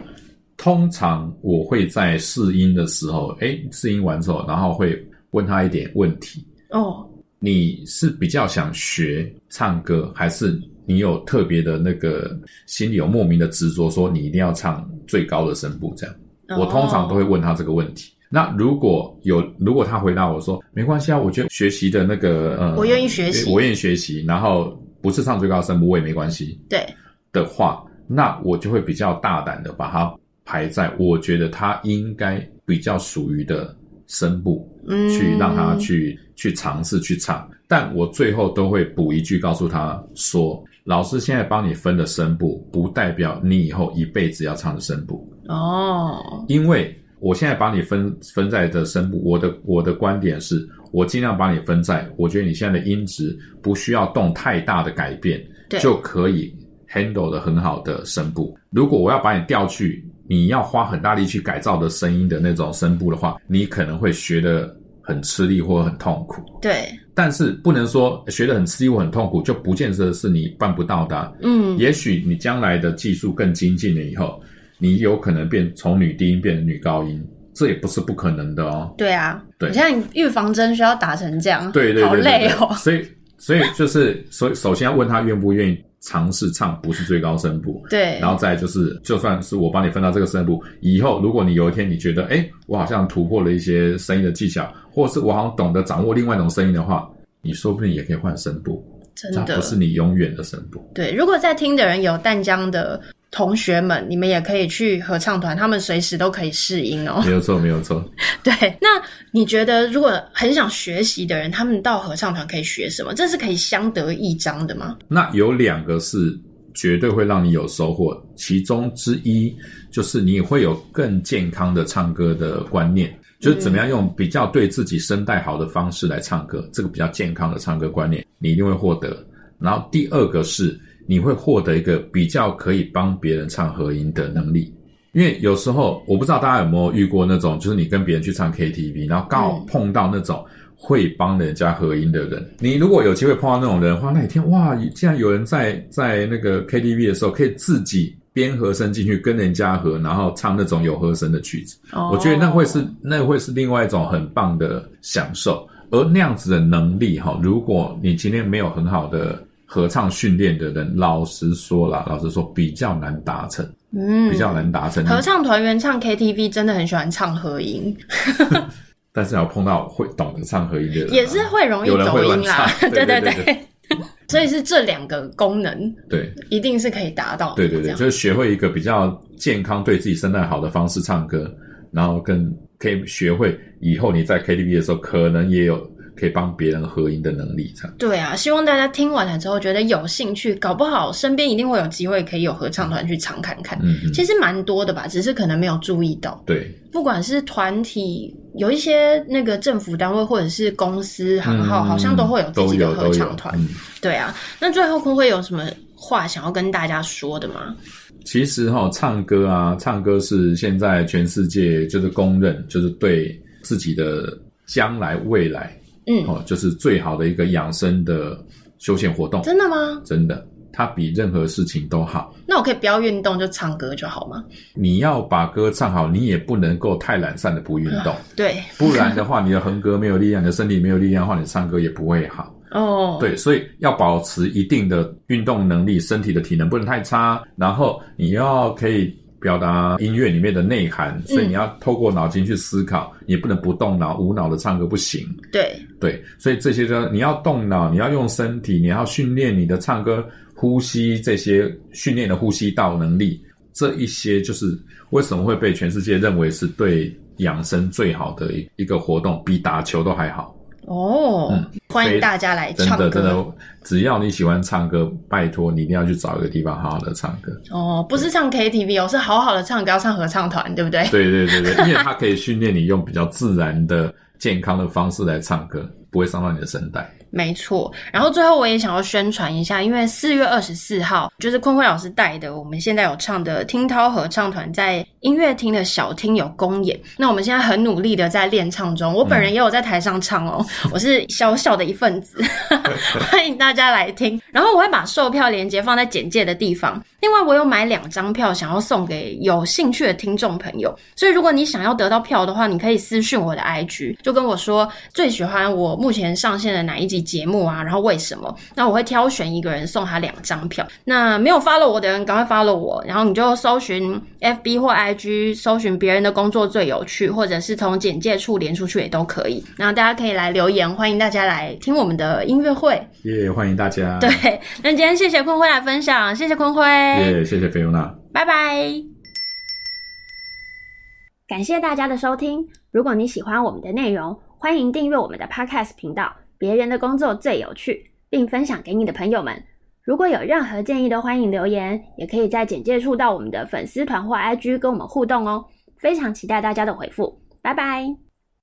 Speaker 2: 通常我会在试音的时候，诶，试音完之后，然后会问他一点问题：
Speaker 1: 哦，
Speaker 2: 你是比较想学唱歌，还是你有特别的那个心里有莫名的执着，说你一定要唱最高的声部这样？
Speaker 1: 哦
Speaker 2: 我通常都会问他这个问题。那如果有，如果他回答我说没关系啊，我觉得学习的那个，呃，
Speaker 1: 我愿意学习
Speaker 2: 我愿意学习，然后不是上最高声部我也没关系
Speaker 1: 对，
Speaker 2: 的话，那我就会比较大胆的把它排在我觉得他应该比较属于的声部，
Speaker 1: 嗯，
Speaker 2: 去让他去、去尝试去唱。但我最后都会补一句告诉他说，老师现在帮你分的声部，不代表你以后一辈子要唱的声部。
Speaker 1: 哦，
Speaker 2: 因为我现在把你分分在的声部，我的我的观点是，我尽量把你分在，我觉得你现在的音质不需要动太大的改变，
Speaker 1: 对，
Speaker 2: 就可以 handle 的很好的声部。如果我要把你调去，你要花很大力去改造的声音的那种声部的话，你可能会学的很吃力或很痛苦。
Speaker 1: 对，
Speaker 2: 但是不能说学的很吃力或很痛苦，就不见得是你办不到的啊、
Speaker 1: 嗯，
Speaker 2: 也许你将来的技术更精进了以后，你有可能变从女低音变成女高音，这也不是不可能的哦。
Speaker 1: 对啊，
Speaker 2: 对
Speaker 1: 你像你预防针需要打成这样，
Speaker 2: 对对对
Speaker 1: 好
Speaker 2: 对
Speaker 1: 累
Speaker 2: 对
Speaker 1: 哦。
Speaker 2: 所以所以就是所以首先要问他愿不愿意尝试唱不是最高声部，
Speaker 1: 对，
Speaker 2: 然后再就是，就算是我帮你分到这个声部，以后如果你有一天你觉得，哎，我好像突破了一些声音的技巧，或是我好像懂得掌握另外一种声音的话，你说不定也可以换声部，
Speaker 1: 真
Speaker 2: 它
Speaker 1: 的
Speaker 2: 不是你永远的声部。
Speaker 1: 对，如果在听的人有淡江的同学们，你们也可以去合唱团，他们随时都可以试音哦。
Speaker 2: 没有错，没有错。
Speaker 1: 对，那你觉得如果很想学习的人，他们到合唱团可以学什么？这是可以相得益彰的吗？
Speaker 2: 那有两个是绝对会让你有收获，其中之一就是你会有更健康的唱歌的观念，就是怎么样用比较对自己声带好的方式来唱歌，这个比较健康的唱歌观念，你一定会获得。然后第二个是你会获得一个比较可以帮别人唱合音的能力。因为有时候我不知道大家有没有遇过那种，就是你跟别人去唱 KTV，然后刚好
Speaker 1: 嗯
Speaker 2: 碰到那种会帮人家合音的人。你如果有机会碰到那种人的话，那一天哇，竟然有人在在那个 KTV 的时候可以自己边和声进去跟人家合，然后唱那种有和声的曲子，
Speaker 1: 哦
Speaker 2: 我觉得那会是那会是另外一种很棒的享受。而那样子的能力哈，如果你今天没有很好的合唱训练的人，老实说啦，老实说比较难达成，
Speaker 1: 嗯
Speaker 2: 比较。难达成。
Speaker 1: 合唱团员唱 KTV 真的很喜欢唱合音，
Speaker 2: 但是要碰到会懂得唱合音的人啊，
Speaker 1: 也是会容易
Speaker 2: 有人
Speaker 1: 走
Speaker 2: 会乱
Speaker 1: 音啦。
Speaker 2: 唱
Speaker 1: 对
Speaker 2: 对
Speaker 1: 对
Speaker 2: 对
Speaker 1: 对
Speaker 2: 对
Speaker 1: 所以是这两个功能
Speaker 2: 对
Speaker 1: 一定是可以达到的。
Speaker 2: 对
Speaker 1: 哦
Speaker 2: 对
Speaker 1: 这
Speaker 2: 对，
Speaker 1: 样
Speaker 2: 就是学会一个比较健康、对自己声带好的方式唱歌，然后跟可以学会以后你在 KTV 的时候，可能也有可以帮别人合音的能力，这样。
Speaker 1: 对啊，希望大家听完了之后觉得有兴趣，搞不好身边一定会有机会可以有合唱团去尝看看。
Speaker 2: 嗯嗯，
Speaker 1: 其实蛮多的吧，只是可能没有注意到。
Speaker 2: 对，
Speaker 1: 不管是团体，有一些那个政府单位或者是公司行号，
Speaker 2: 嗯
Speaker 1: 好像都会有自己的
Speaker 2: 都有
Speaker 1: 合唱团
Speaker 2: 都。有嗯
Speaker 1: 对啊，那最后坤会有什么话想要跟大家说的吗？
Speaker 2: 其实哈、唱歌啊，唱歌是现在全世界就是公认，就是对自己的将来未来
Speaker 1: 嗯，
Speaker 2: 哦，就是最好的一个养生的休闲活动。
Speaker 1: 真的吗？
Speaker 2: 真的，它比任何事情都好。
Speaker 1: 那我可以不要运动就唱歌就好吗？
Speaker 2: 你要把歌唱好，你也不能够太懒散的不运 动，
Speaker 1: 对，
Speaker 2: 不然的话，你的横膈没有力量，你的身体没有力量的话，你唱歌也不会好。
Speaker 1: 哦，，
Speaker 2: 对，所以要保持一定的运动能力，身体的体能不能太差，然后你要可以表达音乐里面的内涵，所以你要透过脑筋去思考，你不能不动脑、无脑的唱歌不行。
Speaker 1: 对，
Speaker 2: 对，所以这些呢，你要动脑，你要用身体，你要训练你的唱歌、呼吸这些训练的呼吸道能力，这一些就是为什么会被全世界认为是对养生最好的一一个活动，比打球都还好。
Speaker 1: 哦，
Speaker 2: 嗯
Speaker 1: 欢迎大家来
Speaker 2: 真
Speaker 1: 唱歌
Speaker 2: 的真的，只要你喜欢唱歌，拜托你一定要去找一个地方好好的唱歌。
Speaker 1: 哦，不是唱 KTV 哦，是好好的唱歌，要唱合唱团，对不对？
Speaker 2: 对对对 对，因为它可以训练你用比较自然的、健康的方式来唱歌，不会伤到你的声 带。
Speaker 1: 没错，然后最后我也想要宣传一下，因为四月二十四号就是坤坤老师带的，我们现在有唱的听涛合唱团在音乐厅的小厅有公演。那我们现在很努力的在练唱中，我本人也有在台上唱哦，我是小小的一份子， 欢迎大家来听。然后我会把售票链接放在简介的地方。另外，我有买两张票想要送给有兴趣的听众朋友，所以如果你想要得到票的话，你可以私讯我的 IG，就跟我说最喜欢我目前上线的哪一集节目啊，然后为什么？那我会挑选一个人送他两张票。那没有 follow 我的人，赶快 follow 我，然后你就搜寻 FB 或 IG，搜寻别人的工作最有趣，或者是从简介处连出去也都可以。然后大家可以来留言，欢迎大家来听我们的音乐会。
Speaker 2: 耶、欢迎大家！
Speaker 1: 对，那今天谢谢坤辉来分享，谢谢坤辉，
Speaker 2: 耶谢谢菲欧娜。
Speaker 1: 拜拜。
Speaker 3: 感谢大家的收听。如果你喜欢我们的内容，欢迎订阅我们的 Podcast 频道《别人的工作最有趣》，并分享给你的朋友们。如果有任何建议，都欢迎留言，也可以在简介处到我们的粉丝团或 IG 跟我们互动哦。非常期待大家的回复，拜拜。